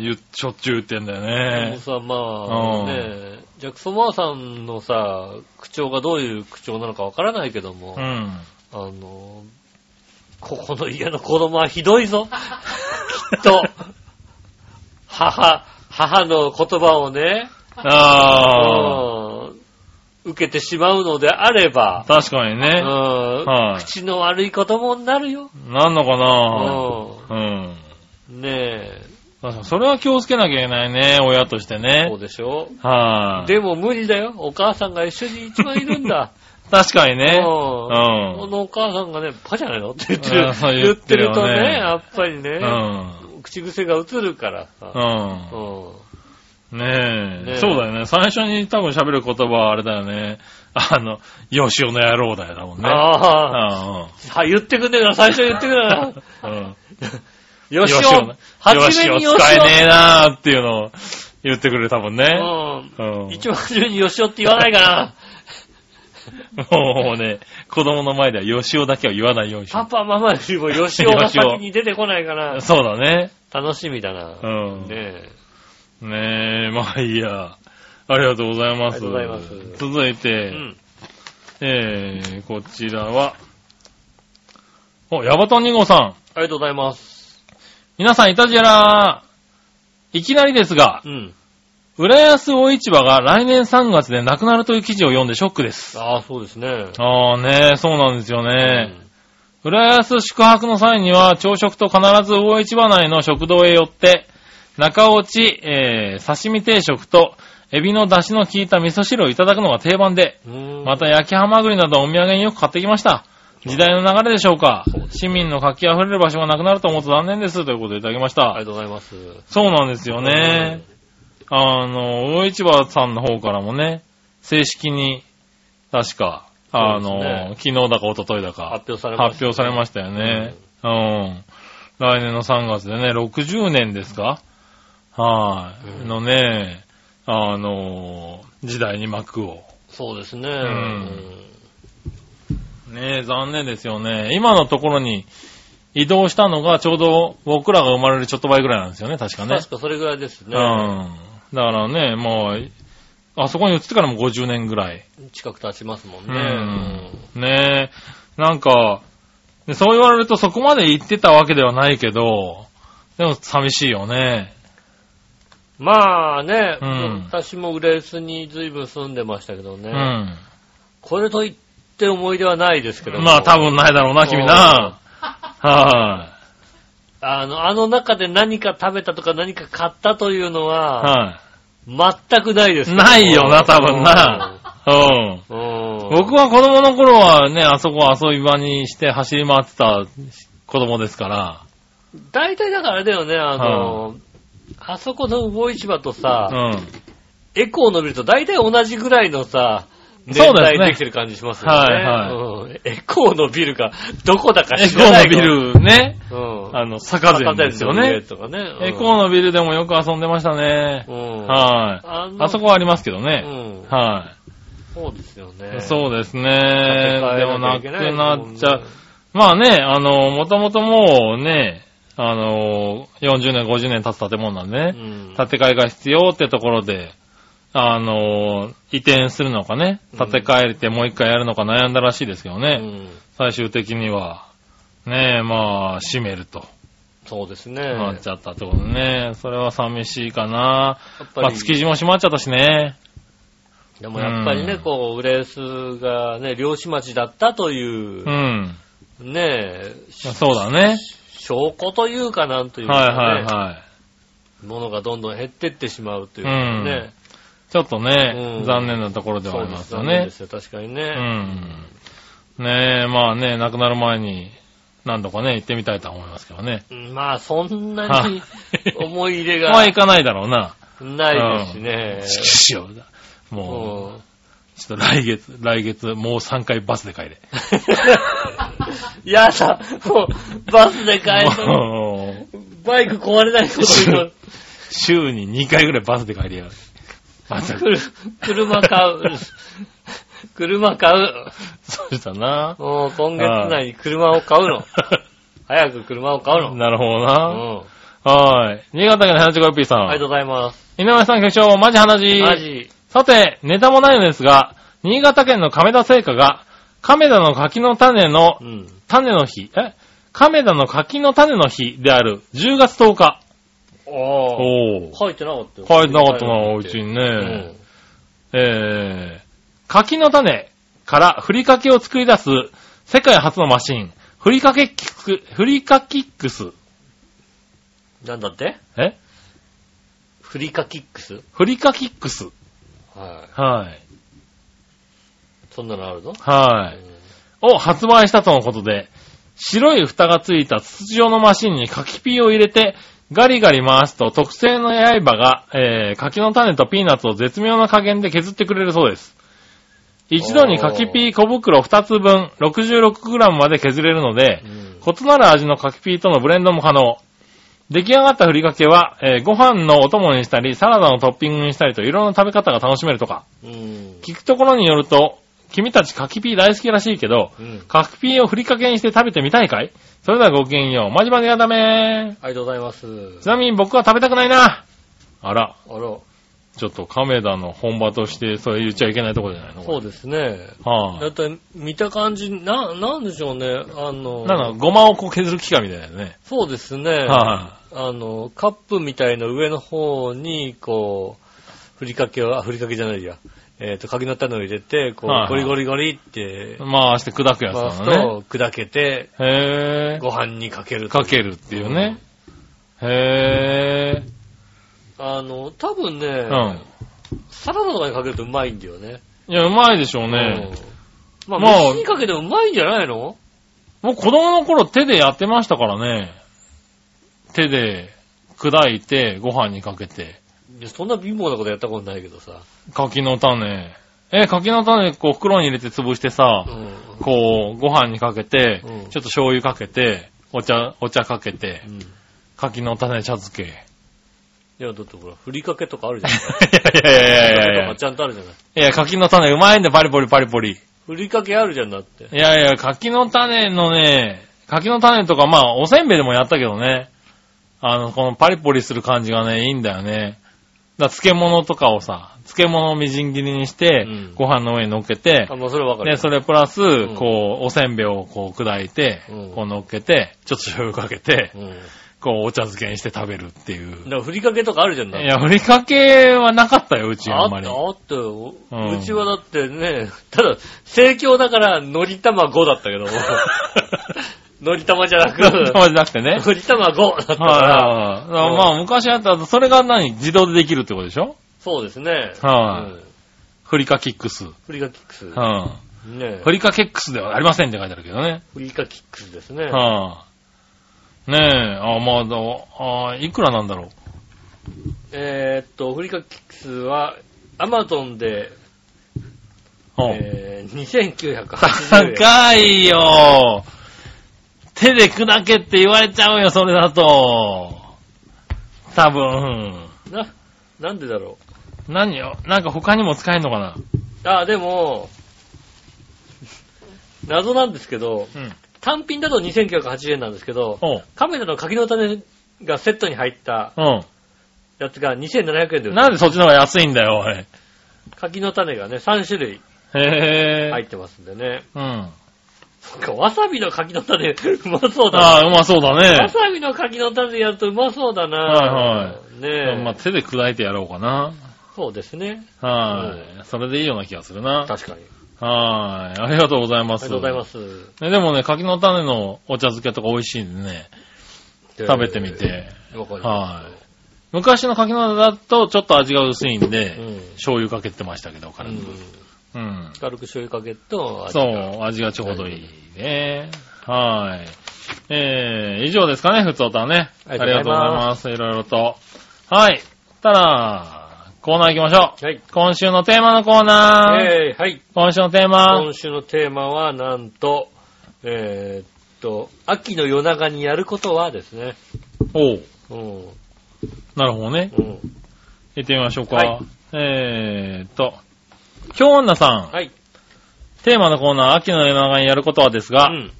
ゆしょっちゅう言ってんだよ
でも
ね。
さ、ま
う
あ、
ん
ねえ、ジャクソン・マーさんのさ、口調がどういう口調なのかわからないけども、
う
あ
ん。
の、ここの家の子供はひどいぞ。きっと、母、母の言葉をね、
あ
うん受けてしまうのであれ
あ、
ば、
確かに
う
ね。
ん
はい
口の悪い子供になるよ。
なんのかな
う
うん。
んね
確かに、それは気をつけなきゃいけないね、親として
え、そう
ね。
でしょ
はい。
でも無理だよ。お母さんが一緒に一番いるんだ。
確かに ね。
うん
うん
このお母さんがね、パじゃないのって言ってる
うんそう。
言
言
っ
ってて
る
る
と
よね
ね、やっぱり
う
ね、
ん。
口癖が映るから
う
さ。
ん
う。ん。
ねえ
ねえ
そうだよね。最初に多分喋る言葉はあれだよね。あの、よしおの野郎だよ、だもんね。
ああ、
あ
は言ってくんねえから、最初言ってくれな。
あ。うん。
よし
よし
お
お、
初めによし
使えねえなーっていうのを言ってくれたもんね。
お。うん
う。ん。
一番初めによしおって言わないかな。
もうね、子供の前ではよしおだけは言わないようにしよ
パパ、ママよりもよしおが先に出てこないか
う
な。
そうだね。
楽しみだな。
うん。
ねえ。
ねえ、まあいいや。ありがとうございます。
ありがとうございます
続いて、
うん。
えー、こちらは、お、ヤバトン2号さん。
ありがとうございます。
皆さん、いたじらいきなりですが、
うん。
浦安大市場が来年3月でなくなるという記事を読んでショックです。
ああ、そうですね。
ああねそうなんですよね。浦安宿泊の際には朝食と必ず大市場内の食堂へ寄って、中落ち、えー、刺身定食と、エビの出汁の効いた味噌汁をいただくのが定番で、ま
ま
た焼きハマグリなどお土産によく買ってきました。時代の流れでしょうか市民の活気溢れる場所がなくなると思うと残念です。ということでいただきまし
ありが
た。
とうございます。
そうなんですよね。あの、大市場さんの方からもね、正式に、確か、あ
そう
の、
で
昨日だか一昨日だか、
発表されました。
発表されましたよね。うん。来年の3月でね、60年ですかはい、
うん
のね、あのー時代に幕を。
そうですね。
んね残念ですよね。今のところに移動したのがちょうど僕らが生まれるちょっと前ぐらいなんですよね、確かね。
確かそれぐらいです
う
ね。
ん。だからね、もう、あそこに移ってからも50年ぐらい。
近く経ちますもんね。
ねえ、なんか、ねそう言われるとそこまで行ってたわけではないけど、でも寂しいよね。
まあね、
うん
私も浦安に随分住んでましたけどね。
うん。
これといって思い出はないですけども
まあ多分ないだろうな、君な。は
あの、あの中で何か食べたとか何か買ったというの
い。
は、
は
全くないです
い。
けども
ないよな、多分な。。うん。
うん。
僕は子供の頃はね、あそこを遊び場にして走り回ってた子供ですから。
大体だからあれだよね、あの、あそこの魚市場とさ、
うん。
エコーの見ると大体同じぐらいのさ、
そ
年
うですね
代できてる感じしますよね。
はい
うんエコーのビルがどこだか
エ
知
コ
らな
ー
い
のビルね。
けど。うん。
あの、坂前ですよね。
とかね。
エコーのビルでもよく遊んでましたね
う。ん。
はい。
あの
あそこはありますけど
う
ね。
ん。
は
そうですよね。
い。そうですね。
建て替え
で
な
もな
き
く
ゃいけい
なっちゃう。まあね、あの、もともともうね、あの、40年、50年経つ建物なんで
う
ね、
ん。
建て替えが必要ってところで、あの、移転するのかね、
うん
建て替えてもう一回やるのか悩んだらしいですけど
う
ね、
ん
最終的には、ねまあ、閉めると、
そうですね。
なっちゃったってことね。それは寂しいかな。
やっぱ
まあ、
り、
築地も閉まっちゃったしね。
でもやっぱりね、
うん
こう、浦安がね、漁師町だったという
う、ん。
ねえ、
まあそうだね。
証拠というかなんという
はい
か
はい
ね、
はい。
ものがどんどん減ってってしまうという
う
か
ん
ね。
ちょっとね、
うん
残念なところでは
そ
あ
う
り
で
ますすよ
よね。
ね。
ですよ、確かに
う
ね。
ん。ねえ、まあね、亡くなる前に何度かね、行ってみたいとは思いますけどね。
まあ、そんなに
は
思い入れ
まあ
が
行かないだろうな。
ないですしね。
しかしよ
う
も
ん
う、ちょっと来月、来月、もう3回バスで帰れ。
やだ、もう、バスで帰るの、
もう
バイク壊れないこと
週に2回ぐらいバスで 帰れやがる。また、
くる車買う。車買う。
そうだな。
もう今月内に車を買うの。早く車を買うの。
なるほど
う
な。
ん。
はい。新潟県の花千子よっぴーさん。
ありがとうございます。
井上さん局長、マジ花ジ
マジ。
さて、ネタもないのですが、新潟県の亀田製菓が、亀田の柿の種の
う、ん。
種の日、え亀田の柿の種の日である10月10日。
ああ。
おー。
書いてなかったよ。
書いてなかったな、おう
書い
ち
て
に
な
ね。えー、柿の種からふりかけを作り出す世界初のマシン、ふりかけキック、ふりかキックス。
うん。なんだって
え
フリカキックス
ふりかキックス。
はい。
はい。
そんなのあるの
はい。を発売したとのことで、白い蓋がついた筒状のマシンに柿ピーを入れて、ガリガリ回すと特製の刃が、えー柿の種とピーナッツを絶妙な加減で削ってくれるそうです。一度に柿ピー小袋2つ分 66g まで削れるので
う、ん。
異なる味の柿ピーとのブレンドも可能。出来上がったふりかけは、えーご飯のお供にしたり、サラダのトッピングにしたりといろんな食べ方が楽しめるとか。
うん。
聞くところによると、君たち柿ピー大好きらしいけど、
うん。
柿ピーをふりかけにして食べてみたいかいそれではごきげんよう。まじまじがダメ
ありがとうございます。
ちなみに僕は食べたくないな。
あ
あら、
ら、
ちょっと亀田の本場としてそれ言っちゃいけないとこじゃないの
そう
で
ですね。
す。は
だって、見た感じ、な、なんでしょうね。あ
あ、
の、
なんか、ごまをこう削る機械みたいだよね。
そうですね。
は
あの、カップみたいな上の方に、こう、ふりかけを、あ、ふりかけじゃないや。えっ、と、かきの種を入れて、こ
はいうは、い
ゴリゴリゴリって
い、、回して砕くやつ
回
な
す
のね。
と、砕けて、
へ
ご飯にかける
ぇかけるっていうね。へぇ
あの、多分ね、
うん。
サラダとかにかけるとうまいんだよね。
いや、うまいでしょうね。
うん。まあ、
まあ
飯にかけてもうまいんじゃないの
もう子供の頃手でやってましたからね。手で砕いて、ご飯にかけて。
いやそんな貧乏なことやったことないけどさ。
柿の種。え、柿の種、こう、袋に入れて潰してさ
う、ん。
こう、ご飯にかけて、ち
う
ょ
ん
っと醤油かけて、お茶、お茶かけて
う、ん。い
柿の種茶 漬け。い
や、だってほら、ふりかけとかあるじゃない
やいやい
ふ
やいやい
りかけと
や
か。ちゃんとあるじゃない。
いや、柿の種うまいんだよ、パリポリパリポリ。
ふりかけあるじゃんだって。
いやいや、柿の種のね、柿の種とか、まあ、おせんべいでもやったけどね。あの、このパリポリする感じがね、いいんだよね。だから漬物とかをさ、漬物をみじん切りにして、
うん
ご飯の上に乗っけて
あ、、まあ、それはわかる。
で、それプラス、
ん
こう、おせんべいをこう砕いて、
うん
こう乗っけて、ちょっと醤油かけて、
うん。
こうお茶漬けにして食べるっていう
だ。から、ふりかけとかあるじゃんだっ
い
て。
や、ふりかけはなかったよ、うち
あ
あ
っ
んまり。
た、あったよ。
うん
うちはだってね、ただ、盛況だから、のり玉5だったけど も。のり玉じゃなく、
そうじゃなくて ね。
のり玉5だったか
はいはい
ら、
はいだからまあ、昔あった、それが何自動でできるってことでしょ
そうですね。
はい
うん
フリカキックス。う
フリカキックス。
ん。
ね
フリカキックスではありませんって書いてあるけどね。
フリカキックスですね。
はい。ねえ、あまあだ、あいくらなんだろ
えーっと、フリカキックスは、アマゾンで、
う。うん
えー、2980円。
高いよ手で砕けって言われちゃうよ、それだと。多分。
な、なんでだろ
何よなんか他にも使えんのかな
う。あ、でも、謎なんですけど、
うん。
単品だと2980円なんですけど、
おう。
カメラの柿の種がセットに入った
う
やつが2700円で売
ん。
っ
な
て
んでそっちの方が安いんだよ、おい。
柿の種がね、3種類
へえ。
入ってますんでね。
うん。
そっか、わさびの柿の種、うまそうだな。
ああ、うまそうだ
わ
ね。
さびの柿の種やるとうまそうだな。
はい
ねえ。
まあ、手で砕いてやろうかな。
そうですね。
はい。それでいいような気がするな。
確かに。
はい。ありがとうござい
あ
ま
り
す。
がとうございます。
ねでもね、柿の種のお茶漬けとか美味しいんでね、食べてみて。
えー。わかり
は
ま
い。昔の柿の種だとちょっと味が薄いんで、
す。うん。
醤油かけてましたけど、軽
う
く。
ん
うん。
軽く醤油かけと、
そ
味が
う、味がちょうどいいね。はい。えー、以上ですかね、ふつおたはね。あ
あ
り
り
がと
がとうご
うござ
ざ
い
い
ま。
ます
いろいろと。はい。たら、コーナー行きましょう。
はい。
今週のテーマのコーナー。
えー、はい。
今週のテーマ
今。週のテーマは、なんと、えーっと、秋の夜長にやることはですね。
おう。
うん。
なるほどね。
うん。
行ってみましょうか。
はい
えーっと、京女さん、
はい。
テーマのコーナー、秋の夜長にやることはです
う
が、
ん。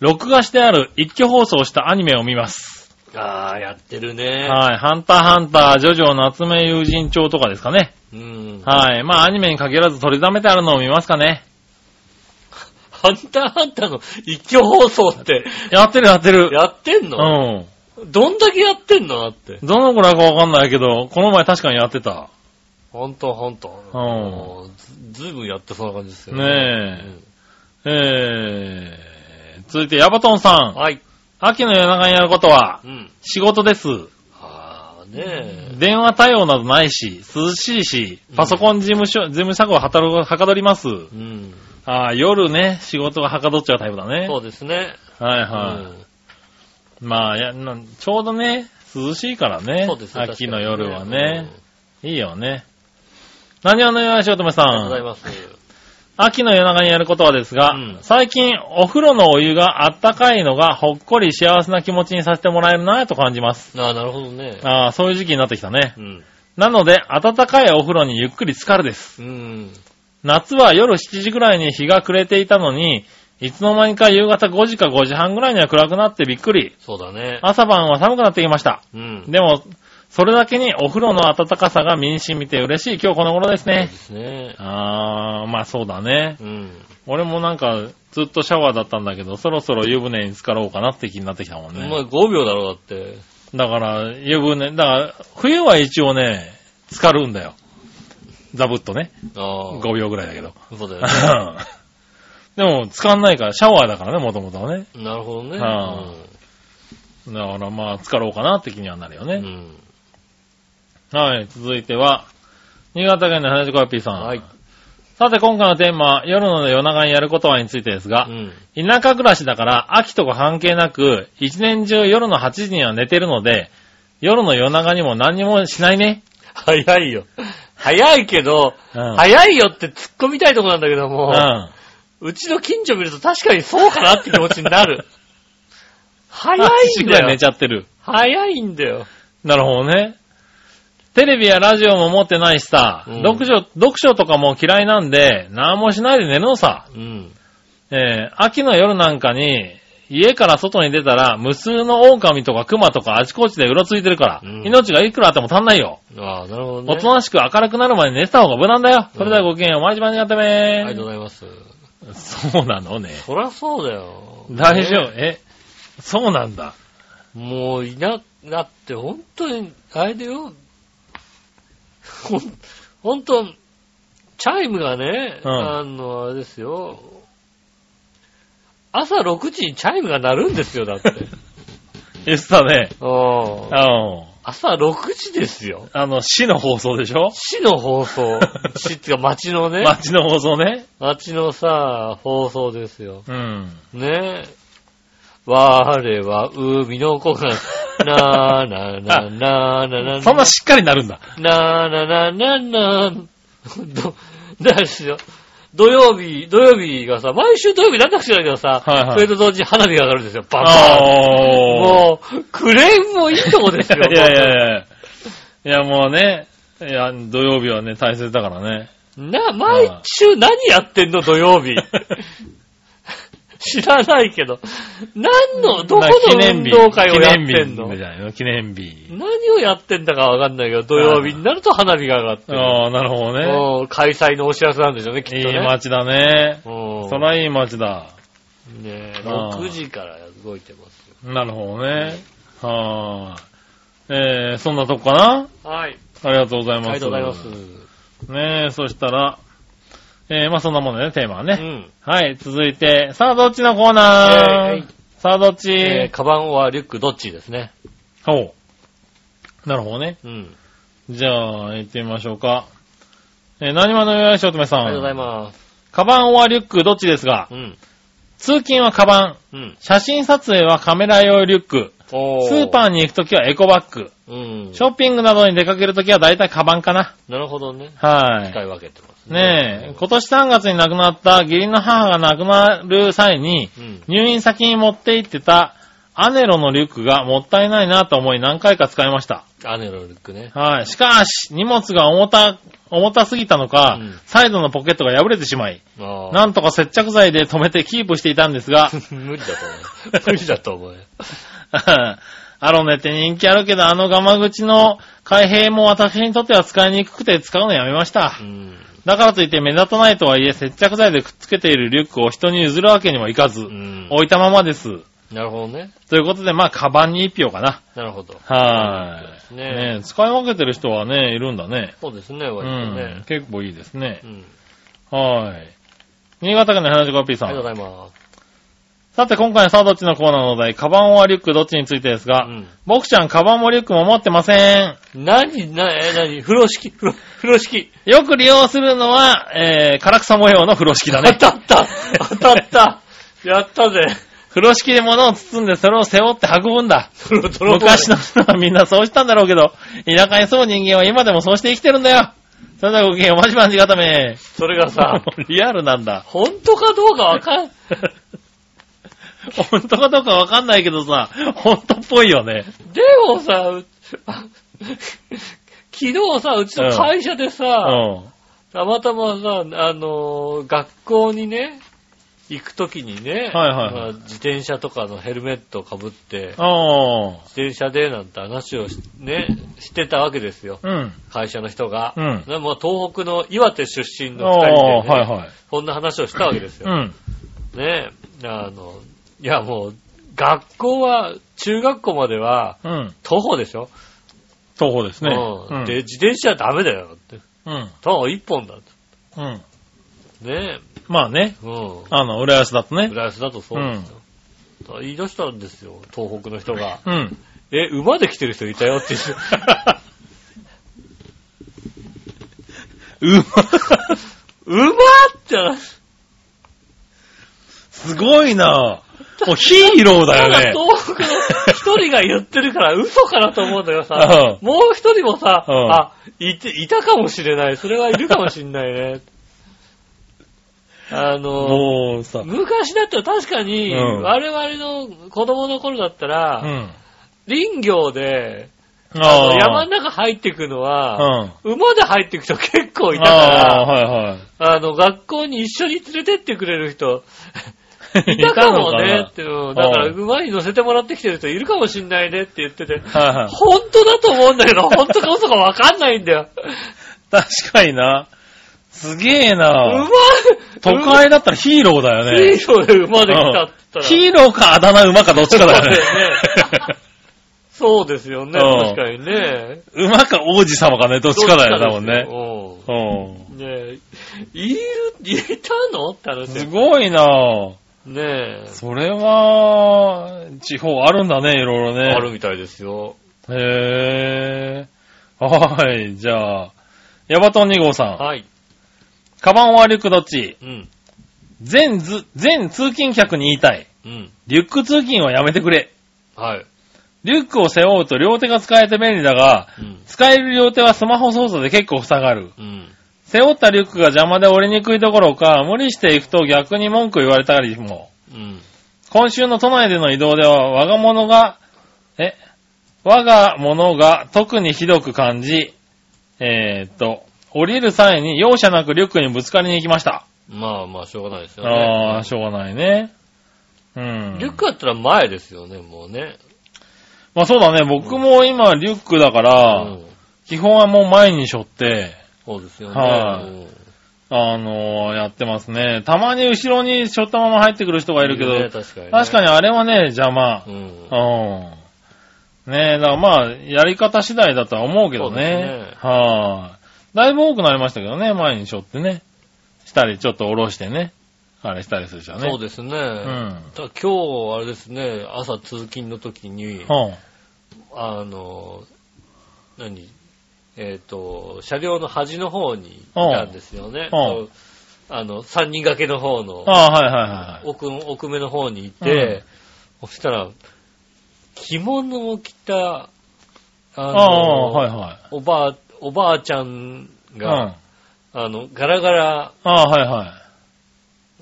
録画してある一挙放送したアニメを見ます。
あー、やってるね。
はい。ハンターハンター、ジョジョ夏目友人帳とかですかね。
うん。
はい。まあ、アニメに限らず取り溜めてあるのを見ますかね。
ハンターハンターの一挙放送って、
やってるやってる。
やってん
う
の、
ん。
どんだけやってんのだって。
どの子らかわかんないけど、この前確かにやってた。
ハンターハンター。
うん
もずずいぶんやってそうな感じですよ
ねえー、続いて、ヤバトンさ
うん
ん。
はい。
秋の夜中にやることは
う、ん。
仕事です。
あー、ね
電話対応などないし、涼しいし、パソコン事務所、事務作業はたるはかどります。
え。うん。
ああ、夜ね、仕事がはかどっちゃうタイプだね。
そうですね。
はいは
う
い。
ん
まあ、やなちょうどね、涼しいからね。
そうですね。
秋
確か
の
に
夜はね。いいよね。何をのよ、しおとめ
う
さ
んありがとうござい
ん。
ます。
秋の夜中にやることはですが、
うん
最近お風呂のお湯があったかいのがほっこり幸せな気持ちにさせてもらえるなぁと感じます。
あー、なるほどね。
ああ、そういう時期になってきたね
う。ん。
なので、暖かいお風呂にゆっくり浸かるです。
うん。
夏は夜7時くらいに日が暮れていたのに、いつの間にか夕方5時か5時半ぐらいには暗くなってびっくり。
そうだね。
朝晩は寒くなってきました。
うん。
でも、それだけにお風呂の暖かさが身に染みて嬉しい今日この頃です
そうで
ね。
すね。
あー、まあそうだね。
うん。
俺もなんかずっとシャワーだったんだけど、そろそろ湯船に浸かろうかなって気になってきたもん
お前
ね。
5秒だろ、だって。
だから、湯船、だから、冬は一応ね、浸かるんだよ。ザブッとね。
ああ。
5秒ぐらいだけど。
そうだよね。
でも、浸かんないから、シャワーだからね、もともとはね。
なるほどね。
はだからまあ、浸かろうかなって気にはなるよ
う
ね。
ん。うん
はい、続いては、新潟県の花子コピーさん。
はい。
さて今回のテーマ、夜の夜中にやることはについてですが、
うん。
田舎暮らしだから秋とか関係なく、一年中夜の8時には寝てるので、夜の夜中にも何にもしないね。
早いよ。早いけど、
うん
早いよって突っ込みたいとこなんだけど
う
も、
ん。
うちの近所見ると確かにそうかなって気持ちにな る。早い
8時
ん
ぐ
だ
らい
よ
寝。ちゃってる。
早いんだよ。
なるほどね。テレビやラジオも持ってないしさ、
うん
読書、読書とかも嫌いなんで、何もしないで寝るのさ。
うん。
えー、秋の夜なんかに、家から外に出たら、無数の狼とか熊とかあちこちでうろついてるから、
うん
命がいくらあっても足んないよ。
ああ、なるほどね。
おとなしく明るくなるまで寝てた方が無難だよ。それではごきげんよう、毎日毎日やって
あ
め
りがとう
ー。
ございます。
そうなのね。
そりゃそうだよ。
大
ね
丈夫。え、そうなんだ。
もういな、だって本当に、あれだよ。ほん、本当チャイムがね、
うん
あの、あれですよ。朝6時にチャイムが鳴るんですよ、だって。
言ってたね。
うん
うん。
朝6時ですよ。
あの、市の放送でしょ
市の放送。市っていうか町のね、
街の放送ね。
町のさ、放送ですよ。
うん。
ねえ。我は海の子が、なーなーなーなーなーなー
そんなしっかりなるんだ。
なーなーなーなーなー ど、だですよ。土曜日、土曜日がさ、毎週土曜日なんだか知らんけどさ、
はいはい
それと同時に花火が上がるんですよ。バンバン。
ああ。
もう、クレームもいいとこですよ。
いやいやいや。いやもうね、いや、土曜日はね、大切だからね。
な、毎週何やってんの土曜 日。知らないけど。何の、 どこの運動会をやってんの
記念日じゃないの記念日。
何をやってんだかわかんないけど、土曜日になると花火が上がってる。
ああ、なるほど
うん開催のお知らせなんでしょうね、きっと
ね。い
ね。
い街だね。
うん
そらいい街だ。
ねえ、
ああ
6時から動いてますよ。
なるほどね。はーい。えー、そんなとこかな
はい。
ありがとうござい
あ
ま
りがと
す。
うございます。
ねえ、そしたら、えー、まあそんなもんだね、テーマはね。
うん。
はい、続いて、さあどっちのコーナー、
えー
さあどっち、
えー、カバンはリュックどっちですね。
ほう。なるほどね。
うん。
じゃあ、行ってみましょうか。えー、何話のよやしおとめさん。
ありがとうございます。
カバンはリュックどっちですが、
うん。
通勤はカバ
う
ン、
ん。
写真撮影はカメラ用リュック、
お
スー
ー。
パーに行くときはエコバッグ、
うん。
ショッピングなどに出かけるときは大体カバンかな。
なるほどね。使
はい
分けてます
い。ねえ、今年3月に亡くなった義理の母が亡くなる際に、
うん。
入院先に持って行ってたアネロのリュックがもったいないなと思い何回か使いました。
アネロリュックね。
はい。しかし、荷物が重た、重たすぎたのか、
うん
サイドのポケットが破れてしまい、
あ
なんとか接着剤で止めてキープしていたんですが、
ー無理だと思う。無理だと思うよ。
アロネって人気あるけど、あのガマ口の開閉も私にとっては使いにくくて使うのやめました
う。ん。
だからといって目立たないとはいえ、接着剤でくっつけているリュックを人に譲るわけにもいかず、
うん。
置いたままです。
なるほどね。
ということで、まあ、カバンに一票かな。
なるほど。
は
そう
ーい。
ですね
ねえ使い分けてる人はね、いるんだね。
そうですね、
う
割と
ん
ね。。
結構いいですね
う。ん。
はーい。新潟県の花子コピー
あ
さ。
りがとうんございます。
さて、今回のさあどっちのコーナーのお題、カバンはリュックどっちについてですが、
うん
僕ちゃんカバンもリュックも持ってません。
何、な、え、何風呂敷、風呂、風呂敷。
よく利用するのは、えー、唐草模様の風呂敷だ
当
ね。
たった当たったやったぜ。
風呂敷で物を包んでそれを背負って運ぶんだ。
風呂 泥棒だ
昔の。人はみんなそうしたんだろうけど、田舎にそう人間は今でもそうして生きてるんだよ。それではごきげんよう、まじまじ固め。
それが さ、
リアルなんだ。
本当かどうかわかん、
本当かどうかわかんないけどさ、本当っぽいよね。
でもさ、 う昨日さ、うちの会社で
う
さ、
ん。
たまたまさ、あのー、学校にね、行くときにね、
はいはい
まあ自転車とかのヘルメットをかぶって、
ああ。
自転車でなんて話をし,、ね、してたわけですよ。
うん。
会社の人が。
うん
でも東北の岩手出身
あ
の二人
あ、
で、ね
はいはい。
こんな話をしたわけです
う
よ。
ん。
ねえあの、いやもう、学校は、中学校までは、
うん。
徒歩でしょ、
徒歩ですね。う
うん
ん。
で、自転車はダメだよって。
うん。
徒歩一本だって。
うん。
ね
まあね。
え、うん。
あの、浦安だとね。
浦安だとそうですよ。と言い出したんです よ、東北の人が。
うん。
え、馬で来てる人いたよって言って。
うま
うまっじゃない。
すごいなもうヒーローだよね。
東北の一人が言ってるから嘘かなと思うんだけどさ、
う
もう一人もさ、
うん
あ、いて、いたかもしれない。それはいるかもしれない ね。あの、
もうさ、
昔だったら確かに、
うん
我々の子供の頃だったら、
うん。
林業で、あ
あ
の
ー
山の中入っていくのは、
うん。
馬で入っていく人結構いた
ああ
か
ー、はいはい。
ら、あの、学校に一緒に連れてってくれる人、いたかもねって、うんだから
うん
馬に乗せてもらってきてる人いるかもしんないねって言ってて、
はいはい。
本当だと思うんだけど、本当か嘘かわかんないんだよ。
確かにな。すげえ
う
な
ま。
都会だったらヒーローだよね。
ヒーローで馬で来たって言ったら、
ヒーローかあだ名馬かどっちかだよね。
そうですよね、
う
確
ん
かにね。
馬か王子様かね、どっちかだよね、多
ね。
分ね。う
ねえ、いる、いたのって
ん。す
話。ね
ごいな
え、
それは、地方あるんだね、いろいろね。
あるみたいですよ。
へえ。はい、じゃあ。ヤバトン2号さん。
はい。
カバンはリュックどっち
うん。
全ず、全通勤客に言いたい。
うん。
リュック通勤はやめてくれ。
はい。
リュックを背負うと両手が使えて便利だが、
うん。
使える両手はスマホ操作で結構塞がる。
うん。
背負ったリュックが邪魔で折りにくいどころか、無理していくと逆に文句言われたりも。
うん。
今週の都内での移動では、我が物が、え、我が物が特にひどく感じ、えーっと、降りる際に容赦なくリュックにぶつかりに行きました。
まあまあ、しょうがないですよね。
ああ、しょうがないね。うん。
リュックだったら前ですよね、もうね。
まあそうだね、僕も今リュックだから、
うん
基本はもう前に背負って、
そうですよ
はい
ね。
あのーやってますね。たまに後ろに背負ったまま入ってくる人が
はい
るけど、
確かにね。
確かにあれはね、邪魔。
うん
うん。ねえ、だからまあ、やり方次第だとは思うけどね。
そうですね
はい、だいぶ多くなりましたけどね、前に背負ってね。したり、ちょっと下ろしてね。あれしたりするじゃんね。
そうですね。
うん。
ただ今日、あれですね、朝通勤の時に、
うん。
あの、何えっ、と、車両の端の方にいたんですよね。
うん
そうあの、三人掛けの方の
ああ、はいはいはいはい。
奥、奥目の方にいて、そしたら、着物を着た、あ
あ
の
あ、はいは
おばあ、おばあちゃん
い。うん。
が、
あ
あの、ガラガラ
あ、はいはい。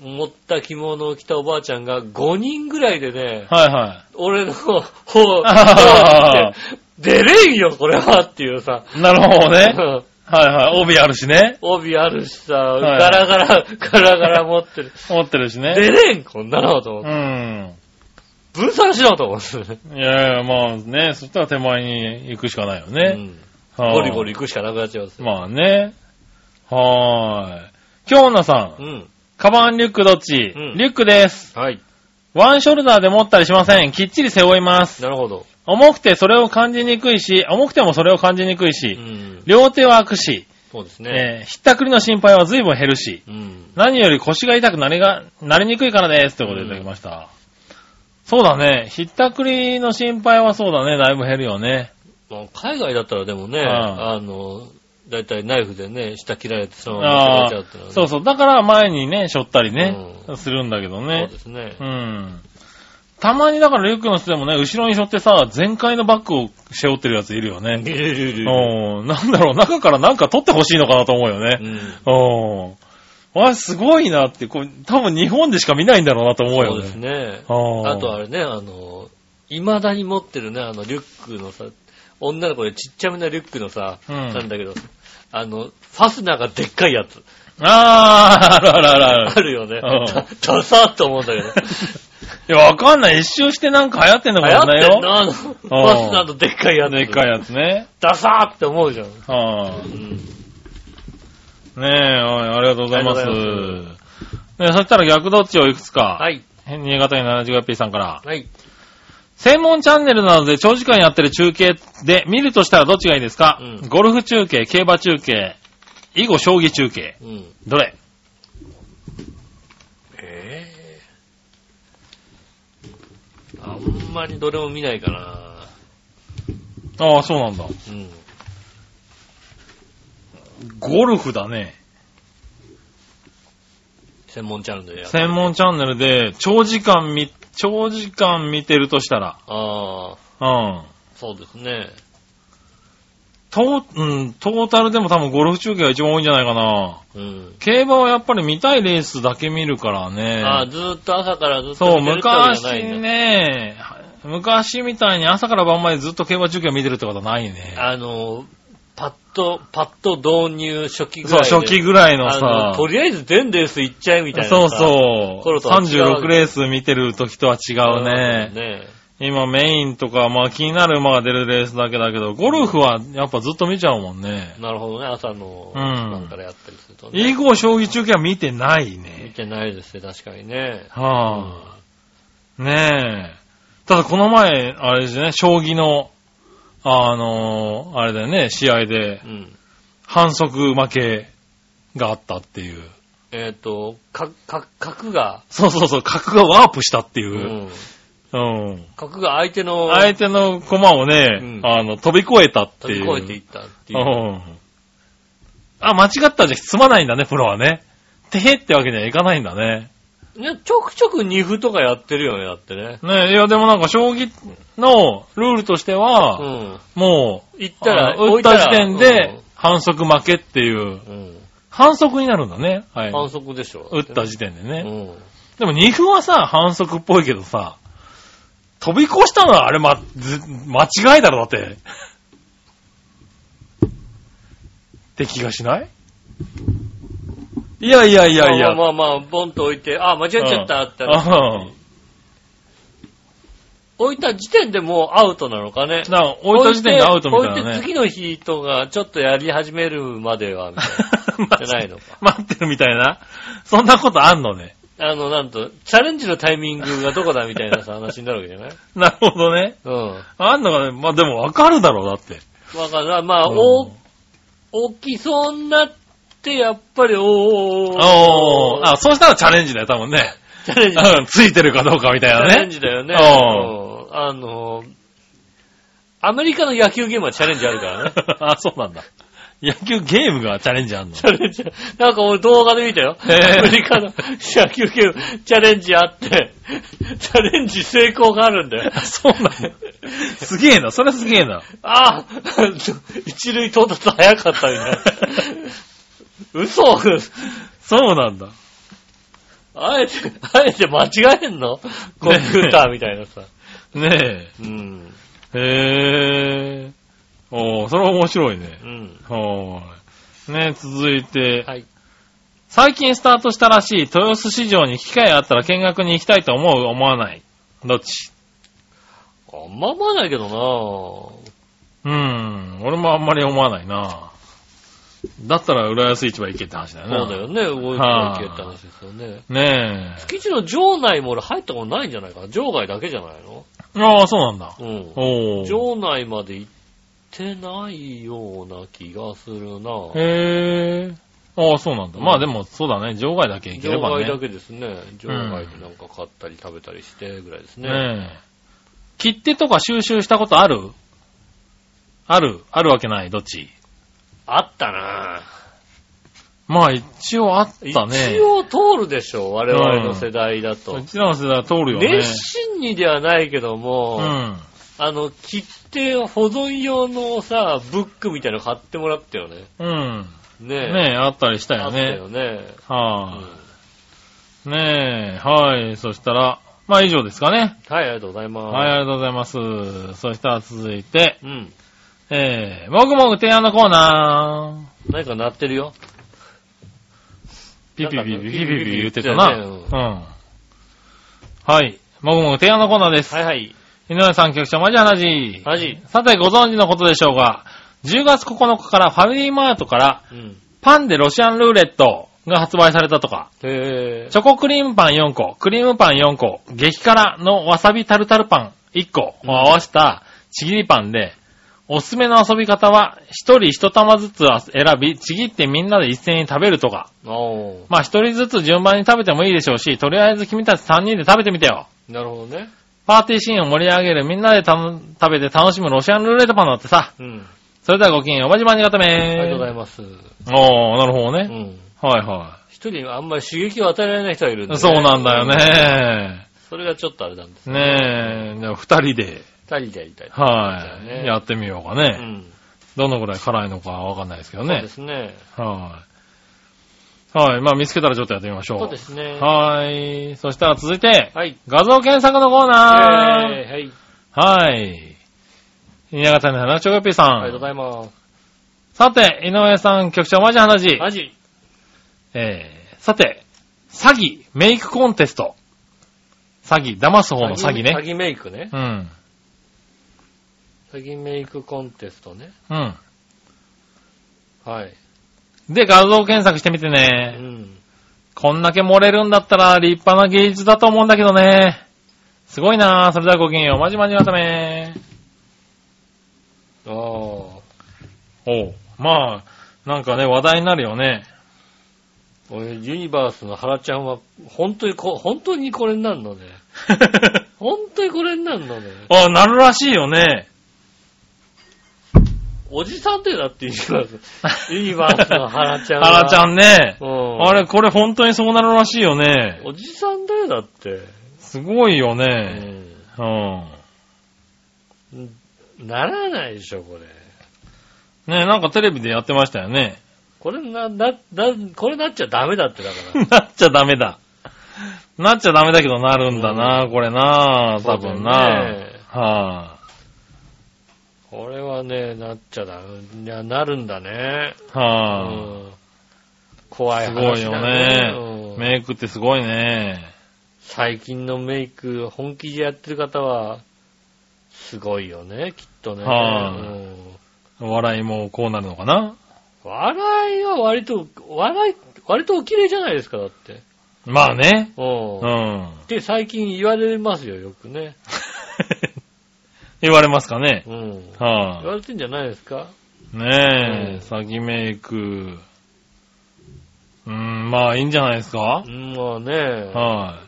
持った着物を着たおばあちゃんが5人ぐらいでね、
はいは
俺の 方、方を
あ
出れんよ、これはっていうさ。
い。なるほ どね。
うん
はいはい。帯あるしね。
帯あるしさ、
い
ガラガラ、ガラガラ持ってる。
持ってるしね。
出れん、こんなのと思
う
って。
ん。
分散しろと思って。
いやいや、まあね、そしたら手前に行くしかないよ
う
ね。
ん
はい
ゴリゴリ行くしかなくなっちゃいますよ。
まあね。はーい。京奈さ。
うんん。
カバンリュックどっち、
うん
リュックです。
はい。
ワンショルダーで持ったりしません。きっちり背負います。
なるほど。
重くてそれを感じにくいし、重くてもそれを感じにくいうし、
ん。
両手は空くし、
そうですね。
えーひったくりの心配は随分減るし、
うん。
何より腰が痛くなりが、なりにくいからです。ということでいただきました。そうだね。ひったくりの心配はそうだね。だいぶ減るよね。
まあ海外だったらでもね、
ん
あの、だいたいナイフでね、下切られてそのまま
あ
切られちゃう
あ
ってのはね
そうそう。だから前にね、しょったりね、
う
するんだけど
そう
ね
で。すね
う。ん。たまにだからリュックの人でもね、後ろに背負ってさ、全開のバッグを背負ってるやついるよ
ビ
ね。
リビリビリ
うん。なんだろう、中からなんか取ってほしいのかなと思うよ
う
ね。
ん。
うん。あ、すごいなって、こう、多分日本でしか見ないんだろうなと思う
そ
よ
うです
ね。
ね。
あ
あとあれね、あの、未だに持ってるね、あの、リュックのさ、女の子でちっちゃめなリュックのさ、
うん
なんだけど、あの、ファスナーがでっかいやつ。
あー、あるあるあるあ
あ
る。
るよね。
うん
だダサーって思うんだけ ど。
いや、わかんない。一周してなんか流行ってんの
流
か
行
も
っ
しれ
てん
ないよ。
な、あの、ファスナーのでっかいやつ。
でっかいやつね。
ダサーって思うじゃん。う
はあ。
ん。
ねえ、はい、ありがとうございます。
ありがとうござい
ねえそしたら逆どっちをいくつか。
はい。
新潟県 75P さんから。
はい。
専門チャンネルなどで長時間やってる中継で見るとしたらどっちがいいですか、
うん
ゴルフ中継、競馬中継、囲碁将棋中継。
うん。
どれ
ええあんまりどれも見ないかな。
ああ、そうなんだ。
うん。
ゴルフだね。
専門チャンネルや。
専門チャンネルで、長時間見、長時間見てるとしたら、
ああ、
うん。
そうですね。
トー、うん、トータルでも多分ゴルフ中継が一番多いんじゃないかな。
うん。
競馬はやっぱり見たいレースだけ見るからね。
ああ、ずーっと朝からずっ
そ
と
う、
見てるってわけ
昔
じゃないんだ。
ね、昔みたいに朝から晩までずっと競馬中継を見てるってことはないね。
あの、パッと、パッと導入初期ぐ
そ
ら
う、
いで。
初期ぐらいの
あの
さ、
とりあえず全レース行っちゃえみたいなさ。
そうそう、
頃とは違う
36レース見てる時とは違うね。
ね。
今メインとか、まあ気になる馬が出るレースだけだけど、ゴルフはやっぱずっと見ちゃうもんね。
なるほどね、朝の
うん
時間からやったりするとね。
以降将棋中継は見てない
見
ね。
てないですね、確かにね。
はあ、ねえ。ただこの前、あれですね、将棋の、あのーあれだよね、試合で
う、ん。
反則負けがあったっていう。
えっ、と、か、か、角が、
そうそうそう、角がワープしたっていうう。
ん。
うん。
角が相手の
相手の駒をね、
うん
あの、飛び越えたって
飛
い
び
う。
越えていったっていうう。
ん。あ、間違ったじゃ済まないんだね、プロはね。てへってわけにはいかないんだね。
ね、ちょくちょく二歩とかやってるよね、だってね。
ねいやでもなんか将棋のルールとしては、
うん。
もう、
行ったら、
あの打
置
っ
いた
た
ら
時点で、反則負けっていう、
うん、うん
反則になるんだね。はい。
反則でしょ。
打った時
点
点で
で
ね。
ね。
でも2分はさ、反則っぽいけどさ、飛び越したのはあれま、ず間違いだろ、だって。って気がしないいやいやい
い
やいや。
まあまあまあ、ボンと置いて、あ、間違っちゃったって
うんうん
置いた時点でもうアウトなのかね。
だから置いた時点でアウトみたい
置
な
て
いね。
次の日とか、ちょっとやり始めるまでは、みたい じゃないのか
待ってるみたいな。そんなことあんのね。
なあの、なんと、チャレンジのタイミングがどこだみたいなさ、話になるわけじゃない
なるほどね。
う
あんのかね。まあでもわかるだろう、だって。
ん。わかる。まあ、
うん
お起きそうになって、やっぱり、おーおー
おー。あ、そうしたらチャレンジだよ、多分ね。
チャレンジ
うん ついてるかどうかみたいなね。
チャレンジだよね。うんあの、アメリカの野球ゲームはチャレンジあるからね。
あ、そうなんだ。野球ゲームがチャレンジあんの
チャレンジ、なんか俺動画で見たよ。
へー
アメリカの野球ゲーム、チャレンジあって、チャレンジ成功があるんだよ。
そうなんだ。 すげえな、それすげえな。
ああ一塁到達早かったみたいな。嘘
そうなんだ。
あえて、あえて間違えんのコンピューターみたいなさ。
ね
うん。
え。へえ。おー、それは面白いね
う。ん。
はーい。ね続いて、
はい。
最近スタートしたらしい豊洲市場に機会あったら見学に行きたいと思う、思わない。どっち
あんま思わないけど
うーん、俺もあんまり思わないな。だったら浦安市場行けって話だよ
な
な。
そうだよね。動いてはいけって話ですよね。
ねえ。
築地の場内も俺入ったことないんじゃないかな。場外だけじゃないの
ああ、そうなんだ。
うん。
おー。
場内まで行ってないような気がするな。
へえ。ああ、そうなんだ。まあでも、そうだね。場外だけ行けれ
場
ばね。
外だけですね。場外でなんか買ったり食べたりしてぐらいですね。
ねえ。切手とか収集したことあるあるあるわけないどっち
あったなぁ。
まあ一応あったね。
一応通るでしょう、我々の世代だと。
うちらの世代は通るよね。
熱心にではないけども、
うん。
あの、切手保存用のさ、ブックみたいなの買ってもらったよね。
うん。
ねえ。
ねえ、あったりした
あ
よ
った
ね
よ。ね。うん
はい、ねえ、はい。そしたら、まあ以上ですかね。
はい、ありがとうございます。
はい、ありがとうございます。そしたら続いて、
うん。
えー、もぐもぐ提案のコーナー。
何か鳴ってるよ。
ピピピピピピピ言ってた
な
な。
ん
う
か
ん。はい。もぐもぐ提案のコーナーです。
はいはい。
井上さん、局長、マジ話。
マジ。
さて、ご存知のことでしょうが、10月9日からファミリーマートから、
うん。
パンでロシアンルーレットが発売されたとか、
へぇ
チョコクリームパン4個、クリームパン4個、激辛のわさびタルタルパン1個を合わせたちぎりパンで、おすすめの遊び方は、一人一玉ずつ選び、ちぎってみんなで一斉に食べるとか、
ー。お
まあ一人ずつ順番に食べてもいいでしょうし、とりあえず君たち3人で食べてみてよ。
ー。なるほどね。
パーティーシーンを盛り上げるみんなでたの食べて楽しむロシアンルーレットパンだってさ。
うん。
そそれではごきげんよう、おまじまんにがため。
あ
あ
りがとうござ
い
います。う
ます。おー、なるほどね。
ん。
はいは
一人あんまり刺激を与えられない人がいるんで、
い。そうなんだよ。ね。
それがちょっとあれなんです。
ねえ、じゃあ二人で、
二人でやりたい。
は
じゃあね
い、やってみようか
う
ね。
ん。
どのぐらい辛いのかわかんないですけど
そうで
ね。
すね。
はい。はい、まあ見つけたらちょっとやってみましょう。
そうですね。
はい。そしたら続いて、
はい。
画像検索のコーナー。
イェーイはい。
はい。新潟の花ちょこぴーさ
ありがとうご
ん。
ざいま
さて、井上さん、局長、マジ話。
す。マジ
えー、さて、詐欺、メイクコンテスト。詐欺、騙す方の詐欺ね。
詐欺メイクね。
うん。
詐欺メイクコンテストね。
うん。
はい。
で、画像検索してみて
う
ね。
ん。
こんだけ漏れるんだったら立派な芸術だと思うんだけどね。すごいなぁ。それではごきげんよう。まじまじまたね
ああ。
おう。まあ、なんかね、話題になるよ ね。
俺、ユニバースの原ちゃんは、本当にこ、本当にこれになるのね。本当にこれになるのね。
あなるらしいよね。
おじさんってだってユニバー ス。ユニバースの原ちゃんは。
ハラちゃんね。
うん。
あれ、これ本当にそうなるらしいよね。
おじさんだよ、だって。
すごいよ
う
ね。
ん。
うん。
ならないでしょ、これ。
ねなんかテレビでやってましたよね。
これな、な、な、これなっちゃダメだって、だから。
なっちゃダメだ。なっちゃダメだけどなるんだな、これな、 多
そ
分な。
うだよね
は
これはね、なっちゃダメ。いや、なるんだね。う
あ、はあ、
ん。怖い
すごい
話
よ
だ
ね
うん
メイクってすごいね。
最近のメイク、本気でやってる方は、すごいよね、きっとね。
はい
うん
お笑いもこうなるのかな
笑いは割と、笑い、割とお綺麗じゃないですか、だって。
まあね。
うん
う。ん。
って最近言われますよ、よくね。
言われますかね。
うん。言わ
はあ、
れてんじゃないですか
ねえ、
うん
詐欺メイク。うん、まあいいんじゃないですか、
うん、まあね、
は